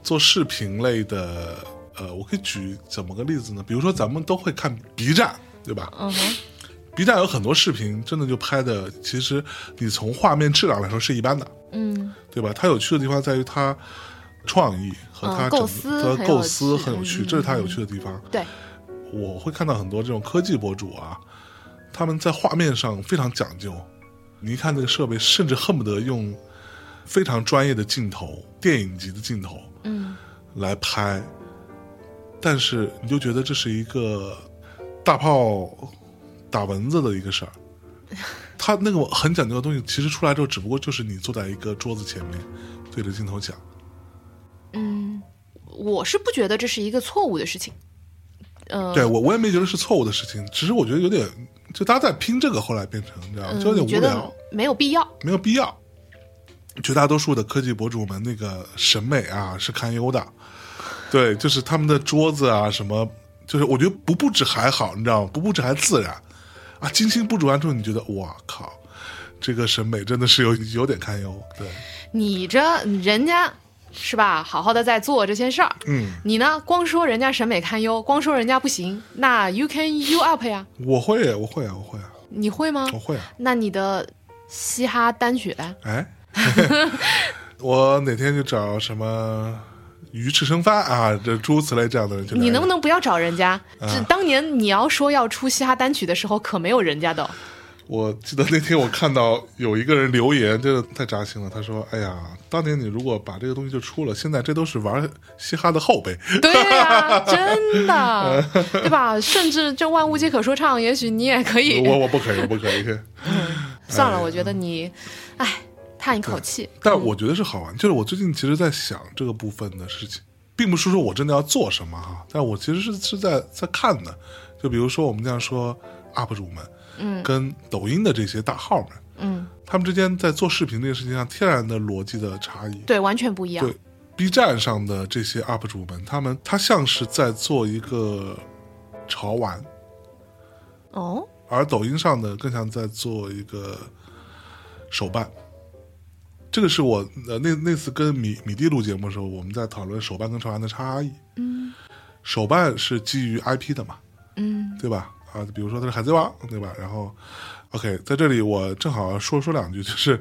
做视频类的，呃，我可以举怎么个例子呢？比如说，咱们都会看 B 站，对吧
嗯哼，
？B 站有很多视频，真的就拍的，其实你从画面质量来说是一般的，
嗯
对吧？它有趣的地方在于它创意和
嗯
它
构
整
思
个它
很有
构思
趣
很有趣，
嗯
这是它有趣的地方。
对，
我会看到很多这种科技博主啊，他们在画面上非常讲究，你一看那个设备，甚至恨不得用非常专业的镜头、电影级的镜头
嗯
来拍，但是你就觉得这是一个大炮打蚊子的一个事儿。他那个很讲究的东西，其实出来之后，只不过就是你坐在一个桌子前面，对着镜头讲。
嗯，我是不觉得这是一个错误的事情。呃，
对我，我也没觉得是错误的事情，只是我觉得有点，就大家在拼这个，后来变成啊这样，
嗯，
就有
你觉
点无聊。
得没有必要。
没有必要。绝大多数的科技博主们那个审美啊是堪忧的，对，就是他们的桌子啊什么，就是我觉得不布置还好，你知道吗？不布置还自然啊，精心布置完之后，你觉得哇靠，这个审美真的是有有点堪忧，对，
你这人家是吧，好好的在做这些事儿。
嗯，
你呢？光说人家审美堪忧，光说人家不行，那 you can you up 呀？
我会，我会啊，我会啊，
你会吗
我？会啊，
那你的嘻哈单曲呢？
哎，我哪天就找什么鱼翅生发啊，这诸如此类这样的人去啊聊一聊，
你能不能不要找人家？这当年你要说要出嘻哈单曲的时候，可没有人家 的哦。
我记得那天我看到有一个人留言，真的太扎心了。他说：“哎呀，当年你如果把这个东西就出了，现在这都是玩嘻哈的 后辈。
对呀、真的，对吧？甚至这万物皆可说唱，也许你也可以。
我我不可以，我不可以。
算了，我觉得你，哎，叹一口气。
但我觉得是好玩。就是我最近其实在想这个部分的事情，并不是说我真的要做什么哈，但我其实是是在在看的。就比如说我们这样说 UP 主们，嗯，跟抖音的这些大号们，
嗯，
他们之间在做视频这个事情上天然的逻辑的差异。
对，完全不一样
对。B 站上的这些 UP 主们，他们他像是在做一个潮玩，
哦，
而抖音上的更像在做一个手办。这个是我呃那那次跟米米蒂录节目的时候，我们在讨论手办跟潮玩的差异。嗯，手办是基于 IP 的嘛，
嗯
对吧？啊，比如说他是海贼王，对吧？然后，OK，在这里我正好说说两句，就是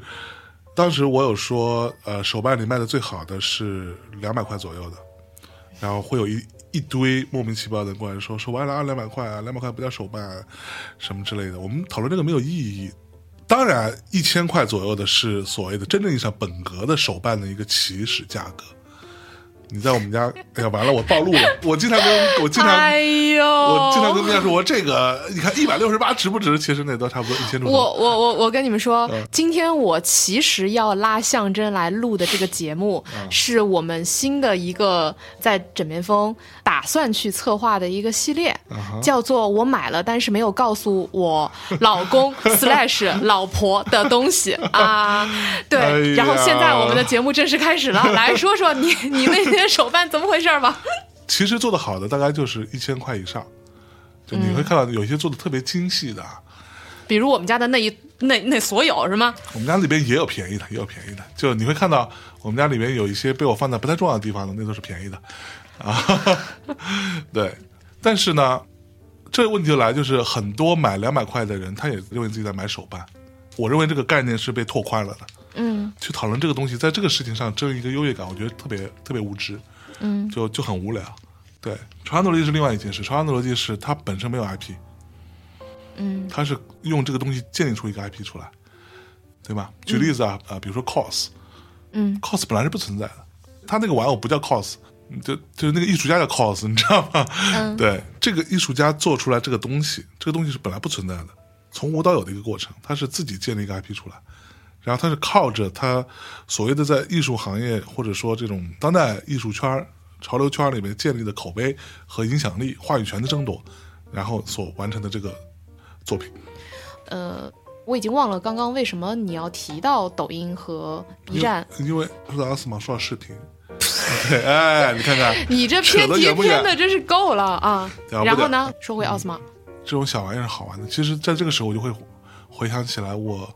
当时我有说，呃，手办里卖的最好的是两百块左右的，然后会有一一堆莫名其妙的人过来说手办了啊两百块啊，两百块不叫手办、啊，什么之类的。我们讨论这个没有意义。当然，一千块左右的是所谓的真正意义上本格的手办的一个起始价格，你在我们家，哎呀，完了，我暴露了。我经常跟我经常、
哎呦，
我经常跟大家说，我这个 你看一百六十八值不值？其实那都差不多一千出头。
我我我我跟你们说，
嗯
今天我其实要拉象征来录的这个节目，
嗯
是我们新的一个在枕边风打算去策划的一个系列，
嗯
叫做“我买了但是没有告诉我老 公 slash 老婆的东西”啊，对。
哎呀
然后现在我们的节目正式开始了， 来说说你你那些手办怎么回事儿吧。
其实做的好的大概就是一千块以上，就你会看到有一些做的特别精细的啊，
比如我们家的那一那那所有是吗？
我们家里边也有便宜的，也有便宜的，就你会看到我们家里边有一些被我放在不太重要的地方的，那都是便宜的 啊。对，但是呢，这个问题就来，就是很多买两百块的人，他也认为自己在买手办。我认为这个概念是被拓宽了的。嗯，去讨论这个东西，在这个事情上争一个优越感，我觉得特别特别无知。嗯，就就很无聊。对，传统逻辑是另外一件事，传统逻辑是它本身没有 IP。嗯，它是用这个东西建立出一个 IP 出来。对吧？举例子啊，啊、比如说 cos，嗯，cos 本来是不存在的，他那个玩偶不叫 cos，嗯就就是那个艺术家叫 cos，你知道吗？嗯、对，这个艺术家做出来这个东西，这个东西是本来不存在的，从无到有的一个过程，他是自己建立一个 IP 出来，然后他是靠着他所谓的在艺术行业或者说这种当代艺术圈儿、潮流圈儿里面建立的口碑和影响力、话语权的争夺，然后所完成的这个作品。
呃，我已经忘了刚刚为什么你要提到抖音和 B 站，
因为说到 S 嘛，说到视频，对， 哎，你看看
你这
扯
偏
得
题
远不
偏
远
的真是够了啊！
了不嗯
然后
得
呢，说回奥斯曼，
这种小玩意儿好玩的。其实，在这个时候，我就会回想起来，我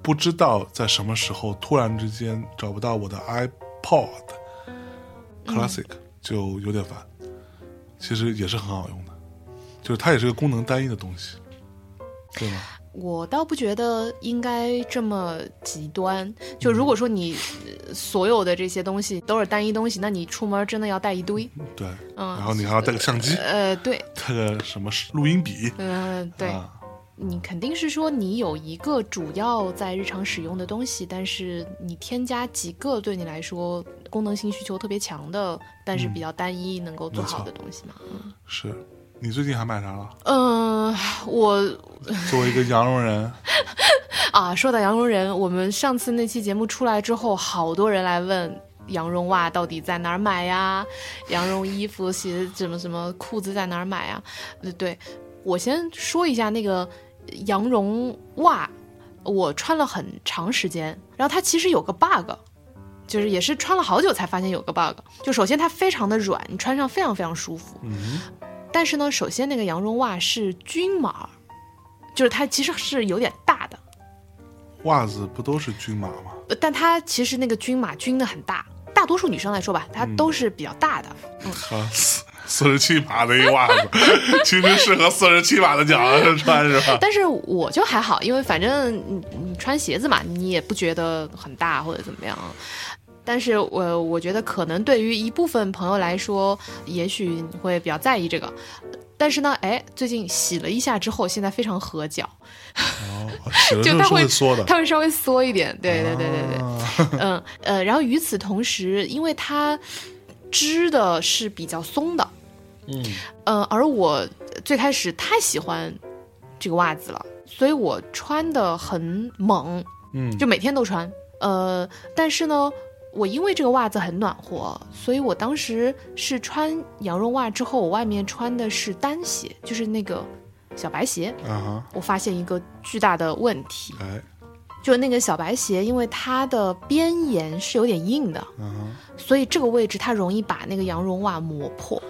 不知道在什么时候突然之间找不到我的 iPod Classic，、就
嗯
有点烦。其实也是很好用的，就是它也是个功能单一的东西，对吗？
我倒不觉得应该这么极端。就
嗯
如果说你呃所有的这些东西都是单一东西，那你出门真的要带一堆。
对，
嗯
然后你还要带个相机，
呃，对，
带个什么录音笔，
嗯、对。
啊，
你肯定是说你有一个主要在日常使用的东西，但是你添加几个对你来说功能性需求特别强的，但是比较单一能够做好的东西嘛？
是。你最近还买啥了？
嗯，我
作为一个羊绒人，
啊，说到羊绒人，我们上次那期节目出来之后，好多人来问。羊绒袜到底在哪儿买呀？羊绒衣服、鞋什么什么裤子在哪儿买呀？呃，对我先说一下那个羊绒袜，我穿了很长时间，然后它其实有个 bug，就是也是穿了好久才发现有个 bug。就首先它非常的软，你穿上非常非常舒服。
嗯，
但是呢，首先那个羊绒袜是均码儿，就是它其实是有点大的，
袜子不都是均码吗？
呃但它其实那个均码均的很大，大多数女生来说吧，它都是比较大的。
啊，四四十七码的一袜子， 其实适合四十七码的脚穿是吧？
但是我就还好，因为反正你你穿鞋子嘛，你也不觉得很大或者怎么样。但是我我觉得可能对于一部分朋友来说，也许你会比较在意这个。但是呢，哎，最近洗了一下之后，现在非常合脚，
洗了 之
就
后
它
是
会
会缩的。
它会稍微缩一点。对对对对对。
对对，
嗯呃，然后与此同时，因为它织的是比较松的，
嗯，
呃，而我最开始太喜欢这个袜子了，所以我穿的很猛，
嗯
就每天都穿。呃，但是呢，我因为这个袜子很暖和，所以我当时是穿羊绒袜之后，我外面穿的是单鞋，就是那个小白鞋。
啊
我发现一个巨大的问题
哈，，哎，
就是那个小白鞋，因为它的边沿是有点硬的，
啊
所以这个位置它容易把那个羊绒袜磨破。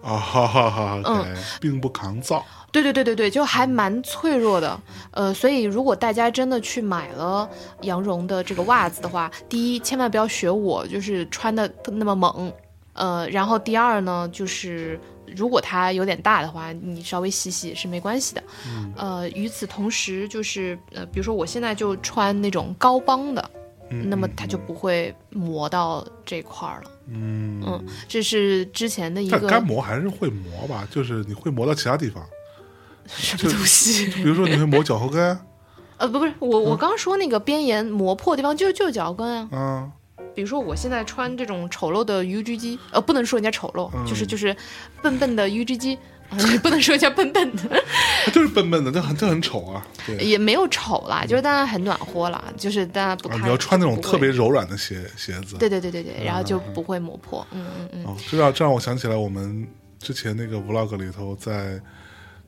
哈，啊哈哈哈，
嗯
对，并不抗造。
对对对对对，就还
嗯
蛮脆弱的。呃，所以如果大家真的去买了羊绒的这个袜子的话，第一千万不要学我，就是穿的那么猛。呃，然后第二呢，就是如果它有点大的话，你稍微洗洗是没关系的。
嗯
呃，与此同时，就是呃，比如说我现在就穿那种高帮的，
嗯
那么它就不会磨到这块儿了。
嗯，
嗯，这是之前的一
但该
个
磨还是会磨吧，就是你会磨到其他地方，
什么东 西。
比如说你会磨脚后跟，嗯
呃，不不是我，我刚说那个边沿磨破的地方就是就是脚跟啊，
啊，
比如说我现在穿这种丑陋的 UGG，呃，不能说人家丑
嗯
陋，就是就是笨笨的 UGG，、呃、 不能说人家笨笨 的，
他就是笨笨的，这很这很丑啊。对，
也没有丑啦，就是大家很暖和啦，就是大家不
啊
看、
你要穿那种
不会
特别柔软嗯的鞋鞋子。
对对对对对，然后就不会磨破，嗯嗯嗯，
哦，这让这让我想起来我们之前那个 vlog 里头，在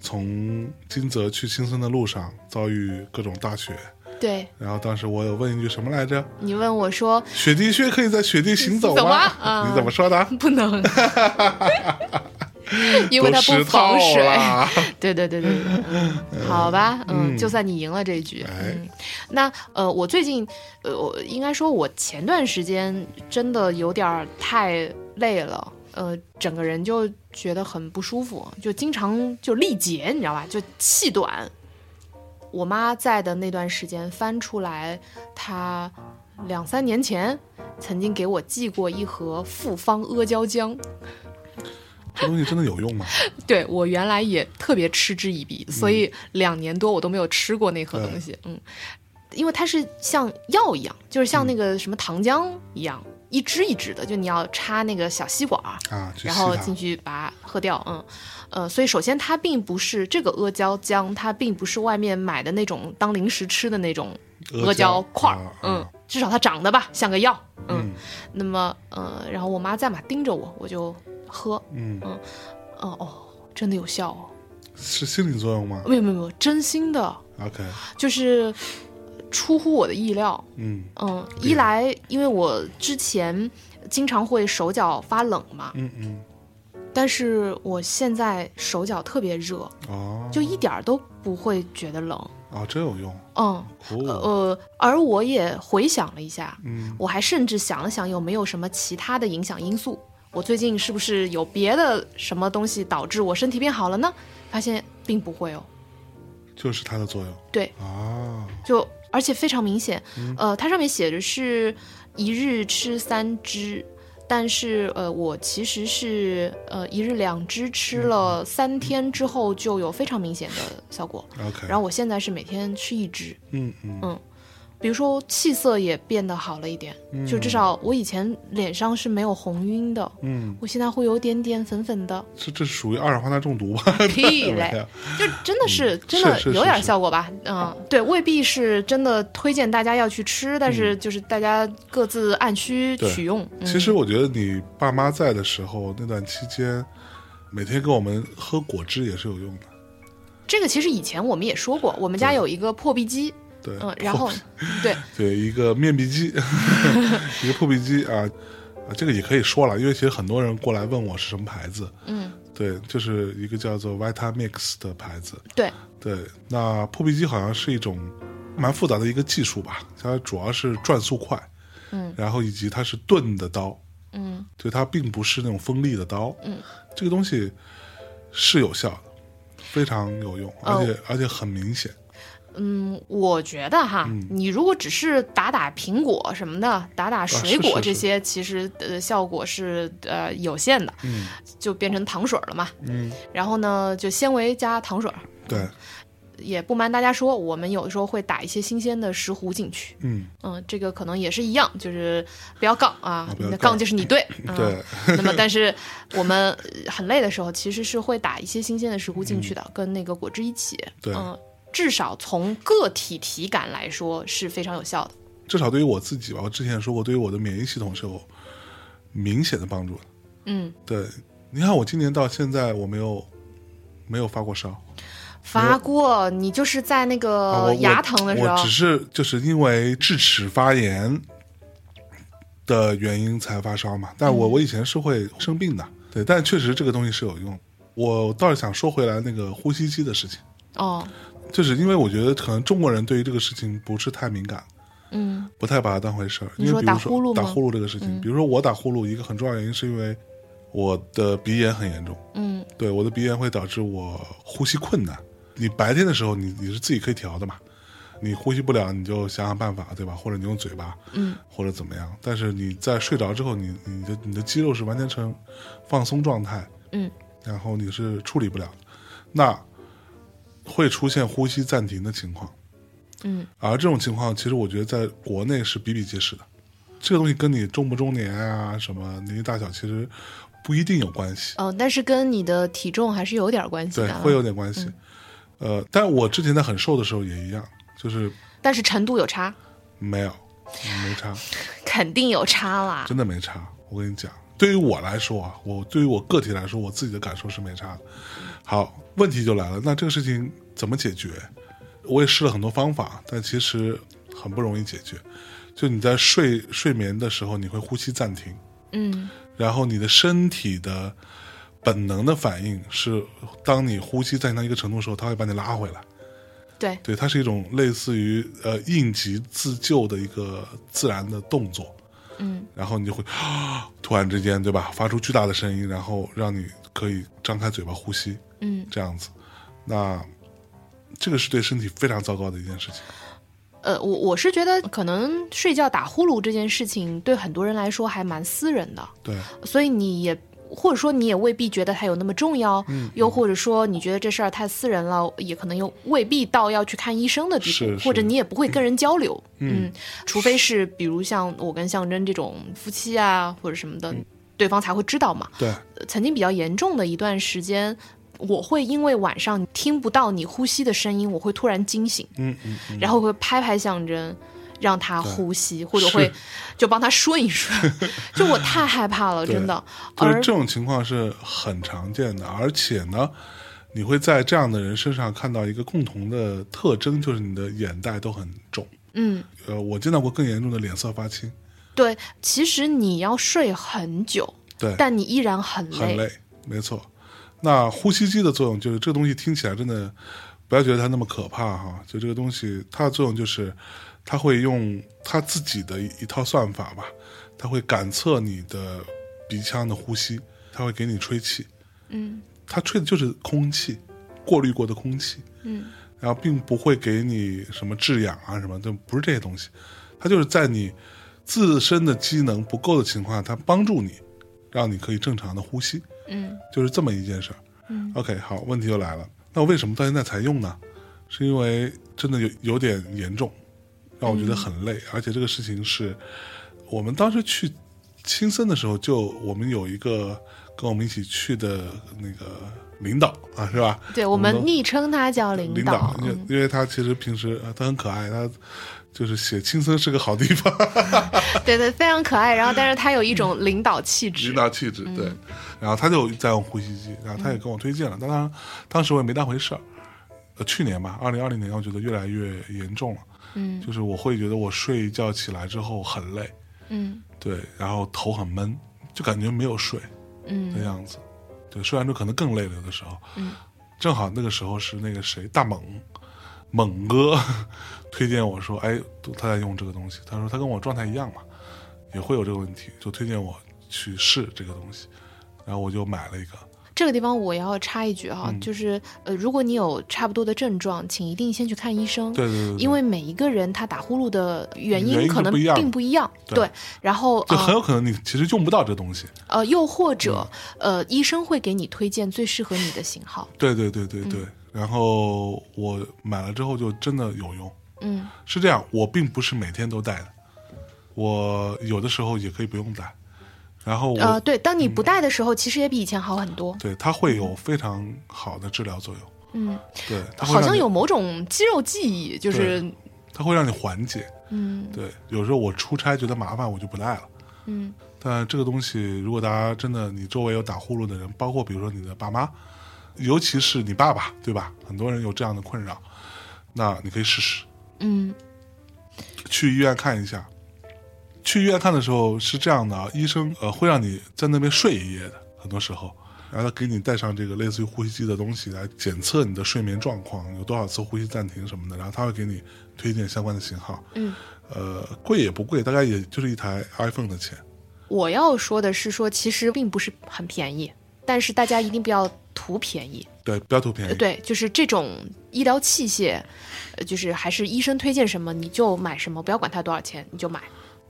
从金泽去青森的路上遭遇各种大雪，
对
然后当时我有问一句什么来着？
你问我说
雪地靴可以在雪地行走
走
吗
吗？啊
你怎么说的？
不 能， 因为它不防水
都湿透。 了
对对对对对，嗯好吧，嗯，就算你赢了这一局。
哎
嗯，那呃，我最近呃，我应该说，我前段时间真的有点儿太累了，呃，整个人就觉得很不舒服，就经常就力竭，你知道吧？就气短。我妈在的那段时间翻出来，她两三年前曾经给我寄过一盒复方阿胶浆。
这东西真的有用吗？
对我原来也特别嗤之以
嗯
鼻，所以两年多我都没有吃过那盒东西。嗯，因为它是像药一样，就是像那
嗯
个什么糖浆一样，一支一支的，就你要插那个小吸管儿，
啊，去
然
吸
后
它
进去把它喝掉。嗯，呃，所以首先它并不是这个阿胶浆，它并不是外面买的那种当零食吃的那种阿胶块儿
啊，
嗯
啊，
至少它长得吧像个药。嗯
嗯，
那么呃，然后我妈在嘛盯着我，我就喝。
嗯，
嗯哦，真的有效哦。
是心理作用吗
没有没有没有，真心的，
？OK，
就是出乎我的意料。
嗯
嗯，一来因为我之前经常会手脚发冷嘛，
嗯嗯，
但是我现在手脚特别热，
哦
就一点儿都不会觉得冷。
哦，真有用
嗯，
哦，
呃，而我也回想了一下，
嗯
我还甚至想了想有没有什么其他的影响因素，我最近是不是有别的什么东西导致我身体变好了呢？发现并不会哦。
就是它的作用
对，
啊，
就而且非常明显，呃，它上面写着是一日吃三只，但是呃，我其实是呃一日两只吃了三天之后就有非常明显的效果，
OK，
然后我现在是每天吃一只，
嗯嗯
比如说气色也变得好了一点，就至少我以前脸上是没有红晕的，
嗯，
我现在会有点点粉粉的，
这这是属于二氧化碳中毒吧？
屁
没
嘞
有！
就真的是真
嗯是
的
是
有
是
点
是
效果吧，嗯，对，未必是真的推荐大家要去吃，但是就是大家各自按需
嗯对
取用。嗯
其实我觉得你爸妈在的时候那段期间，每天给我们喝果汁也是有用的。
这个其实以前我们也说过，我们家有一个破壁机，
对，
嗯，然后对
对一个面壁机， 一个破壁机啊啊，这个也可以说了，因为其实很多人过来问我是什么牌子，
嗯，
对，就是一个叫做 Vitamix 的牌子。
对，
对，那破壁机好像是一种蛮复杂的一个技术吧，它主要是转速快，
嗯，
然后以及它是钝的刀，
嗯，
对，它并不是那种锋利的刀，嗯，这个东西是有效的，非常有用，
哦
而且、而且很明显，
嗯，我觉得哈，
嗯
你如果只是打打苹果什么的，打打水
啊是
果
是
这
是
些，其实呃效果是呃有限的，
嗯
就变成糖水儿了嘛。
嗯，
然后呢，就纤维加糖水儿，
对，
也不瞒大家说，我们有的时候会打一些新鲜的石斛进去。
嗯，
嗯，这个可能也是一样，就是不要杠啊，
不要
你的
杠
杠就是你 对。嗯、
对。
那么，但是我们呃很累的时候，其实是会打一些新鲜的石斛进去的，跟那个果汁一起。
嗯对
嗯，至少从个体体感来说是非常有效的。
至少对于我自己吧，我之前也说过，对于我的免疫系统是有明显的帮助的。
嗯，
对，你看我今年到现在我没有没有发过烧，
发过你就是在那
啊
个
我
呃牙疼的时
我
候
我只，是就是因为智齿发炎的原因才发烧嘛。但我、
嗯
我以前是会生病的，对，但确实这个东西是有用。我倒是想说回来那个呼吸机的事情，
哦，
就是因为我觉得可能中国人对于这个事情不是太敏感，
嗯
不太把它当回事儿。
你
因
说
为比如
打呼噜
打
吗嗯
呼噜这个事情，比如说我打呼噜，一个很重要的原因是因为我的鼻炎很严重，
嗯
对我的鼻炎会导致我呼吸困难。你白天的时候你你是自己可以调的嘛，你呼吸不了你就想想办法，对吧？或者你用嘴巴，
嗯，
或者怎么样。但是你在睡着之后，你你的你的肌肉是完全呈放松状态，
嗯，
然后你是处理不了的，那会出现呼吸暂停的情况。
嗯，
而这种情况，其实我觉得在国内是比比皆是的。这个东西跟你中不中年啊，什么年纪大小其实不一定有关系，
嗯、但是跟你的体重还是有点关系
对
的、，啊，
会有点关系。呃，但我之前在很瘦的时候也一样，就是
但是程度有差，
没有，没差，
肯定有差啦。
真的没差。我跟你讲，对于我来说啊，我对于我个体来说，我自己的感受是没差的。好，问题就来了，那这个事情怎么解决？我也试了很多方法，但其实很不容易解决。就你在睡睡眠的时候，你会呼吸暂停，
嗯，
然后你的身体的本能的反应是，当你呼吸暂停到一个程度的时候，它会把你拉回来。
对，
对，它是一种类似于呃应急自救的一个自然的动作。
嗯，
然后你就会突然之间，对吧？发出巨大的声音，然后让你可以张开嘴巴呼吸，
嗯，
这样子。那这个是对身体非常糟糕的一件事情。
呃，我我是觉得可能睡觉打呼噜这件事情对很多人来说还蛮私人的，
对，
所以你也或者说你也未必觉得它有那么重要，
嗯
又或者说你觉得这事儿太私人了，也可能又未必到要去看医生的地
是
步，
是
或者你也不会跟人交流，嗯除非是比如像我跟象征这种夫妻啊或者什么的，
嗯
对方才会知道嘛。
对，
呃曾经比较严重的一段时间。我会因为晚上听不到你呼吸的声音，我会突然惊醒，
嗯嗯，
然后会拍拍象征，让他呼吸，或者
是
会就帮他顺一 顺。就我太害怕了，
对
真的。
就是
而
这种情况是很常见的，而且呢，你会在这样的人身上看到一个共同的特征，就是你的眼袋都很重。
嗯，
呃，我见到过更严重的脸色发青，
对，其实你要睡很久，
对，
但你依然很累。
很累，没错。那呼吸机的作用就是这个东西听起来真的不要觉得它那么可怕哈，就这个东西它的作用就是它会用它自己的一一套算法吧，它会感测你的鼻腔的呼吸，它会给你吹气，
嗯
它吹的就是空气，过滤过的空气，
嗯
然后并不会给你什么制氧啊什么的，不是这些东西，它就是在你自身的机能不够的情况下，它帮助你，让你可以正常的呼吸。
嗯，
就是这么一件事儿。
嗯
，OK，好，问题就来了，那我为什么到现在才用呢？是因为真的有有点严重，让我觉得很
嗯
累，而且这个事情是我们当时去青森的时候，就我们有一个跟我们一起去的那个领导啊，是吧？
对我
我
们
们
昵称他叫
领
导。
因为
嗯
因为他其实平时呃他很可爱，他就是写青森是个好地方，
对对，非常可爱。然后，但是他有一种领导气质
领。导气质，对。然后他就在用呼吸机，然后他也跟我推荐了，但当然当时我也没当回事儿。呃，去年吧，二零二零年，我觉得越来越严重了，
嗯
就是我会觉得我睡一觉起来之后很累，
嗯
对，然后头很闷，就感觉没有睡的
嗯
样子，对，睡完之后可能更累了，有的时候，
嗯
正好那个时候是那个谁大猛猛哥 推荐我说，哎，他在用这个东西，他说他跟我状态一样嘛，也会有这个问题，就推荐我去试这个东西，然后我就买了一个，
这个地方我要插一句哈、
嗯
就是呃，如果你有差不多的症状，请一定先去看医生。
对对对对
因为每一个人他打呼噜的原
原因
因
是
可能
不一样
并不一样，
对
然后
就
呃
很有可能你其实用不到这东西，
呃，又或者
嗯
呃，医生会给你推荐最适合你的型号。
对对对
嗯
对对，然后我买了之后就真的有用，
嗯
是这样，我并不是每天都戴的，我有的时候也可以不用戴，然后我、嗯
呃，对，当你不戴的时候，其实也比以前好很多。
对它会有非常好的治疗作用。
嗯，
对，它会
好
让
像
你
有某种肌肉记忆，就是
它会让你缓解。
嗯
对，有时候我出差觉得麻烦，我就不戴了。
嗯
但这个东西，如果大家真的你周围有打呼噜的人，包括比如说你的爸妈，尤其是你爸爸，对吧？很多人有这样的困扰，那你可以试试
嗯
去医院看一下。去医院看的时候是这样的啊，医生呃会让你在那边睡一夜的，很多时候，然后他给你带上这个类似于呼吸机的东西来检测你的睡眠状况，有多少次呼吸暂停什么的，然后他会给你推荐相关的型号。
嗯。
呃，贵也不贵，大概也就是一台 iPhone 的钱。
我要说的是说，其实并不是很便宜，但是大家一定不要图便宜。
对，不要图便宜。
对，就是这种医疗器械，呃就是还是医生推荐什么你就买什么，不要管它多少钱，你就买。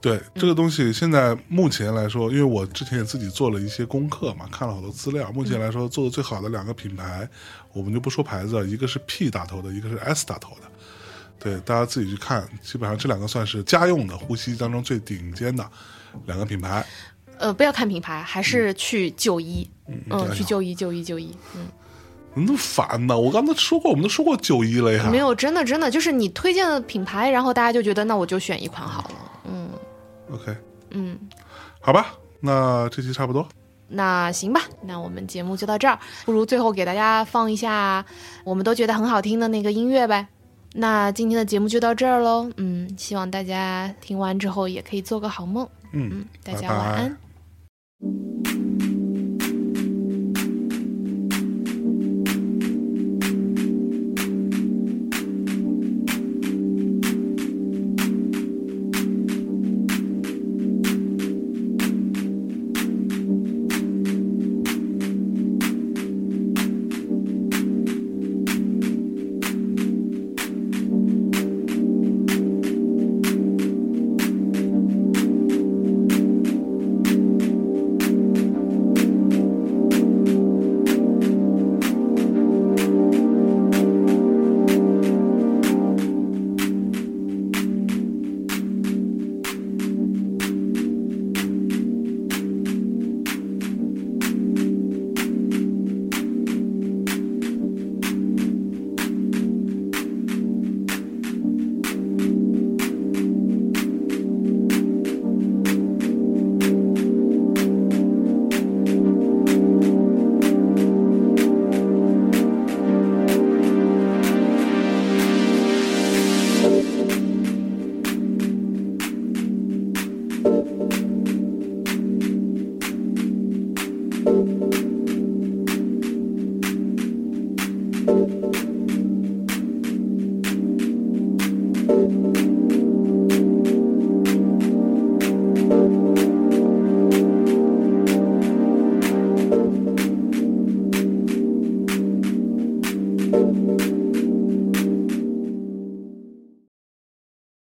对这
嗯
个东西，现在目前来说，因为我之前也自己做了一些功课嘛，看了好多资料。目前
嗯
来说，做的最好的两个品牌，我们就不说牌子了，一个是 P 打头的，一个是 S 打头的。对，大家自己去看。基本上这两个算是家用的呼吸当中最顶尖的两个品牌。
呃，不要看品牌，还是去就医，嗯，
对
去就医，就医，就医，嗯，
哎你那么烦呢？我刚才说过，我们都说过九一了呀。
没有，真的，真的，就是你推荐的品牌，然后大家就觉得那我就选一款好了，嗯
OK，
嗯，
好吧，那这期差不多。
那行吧，那我们节目就到这儿，不如最后给大家放一下我们都觉得很好听的那个音乐呗。那今天的节目就到这儿喽，嗯，希望大家听完之后也可以做个好梦，
嗯
嗯，大家
拜拜
晚安。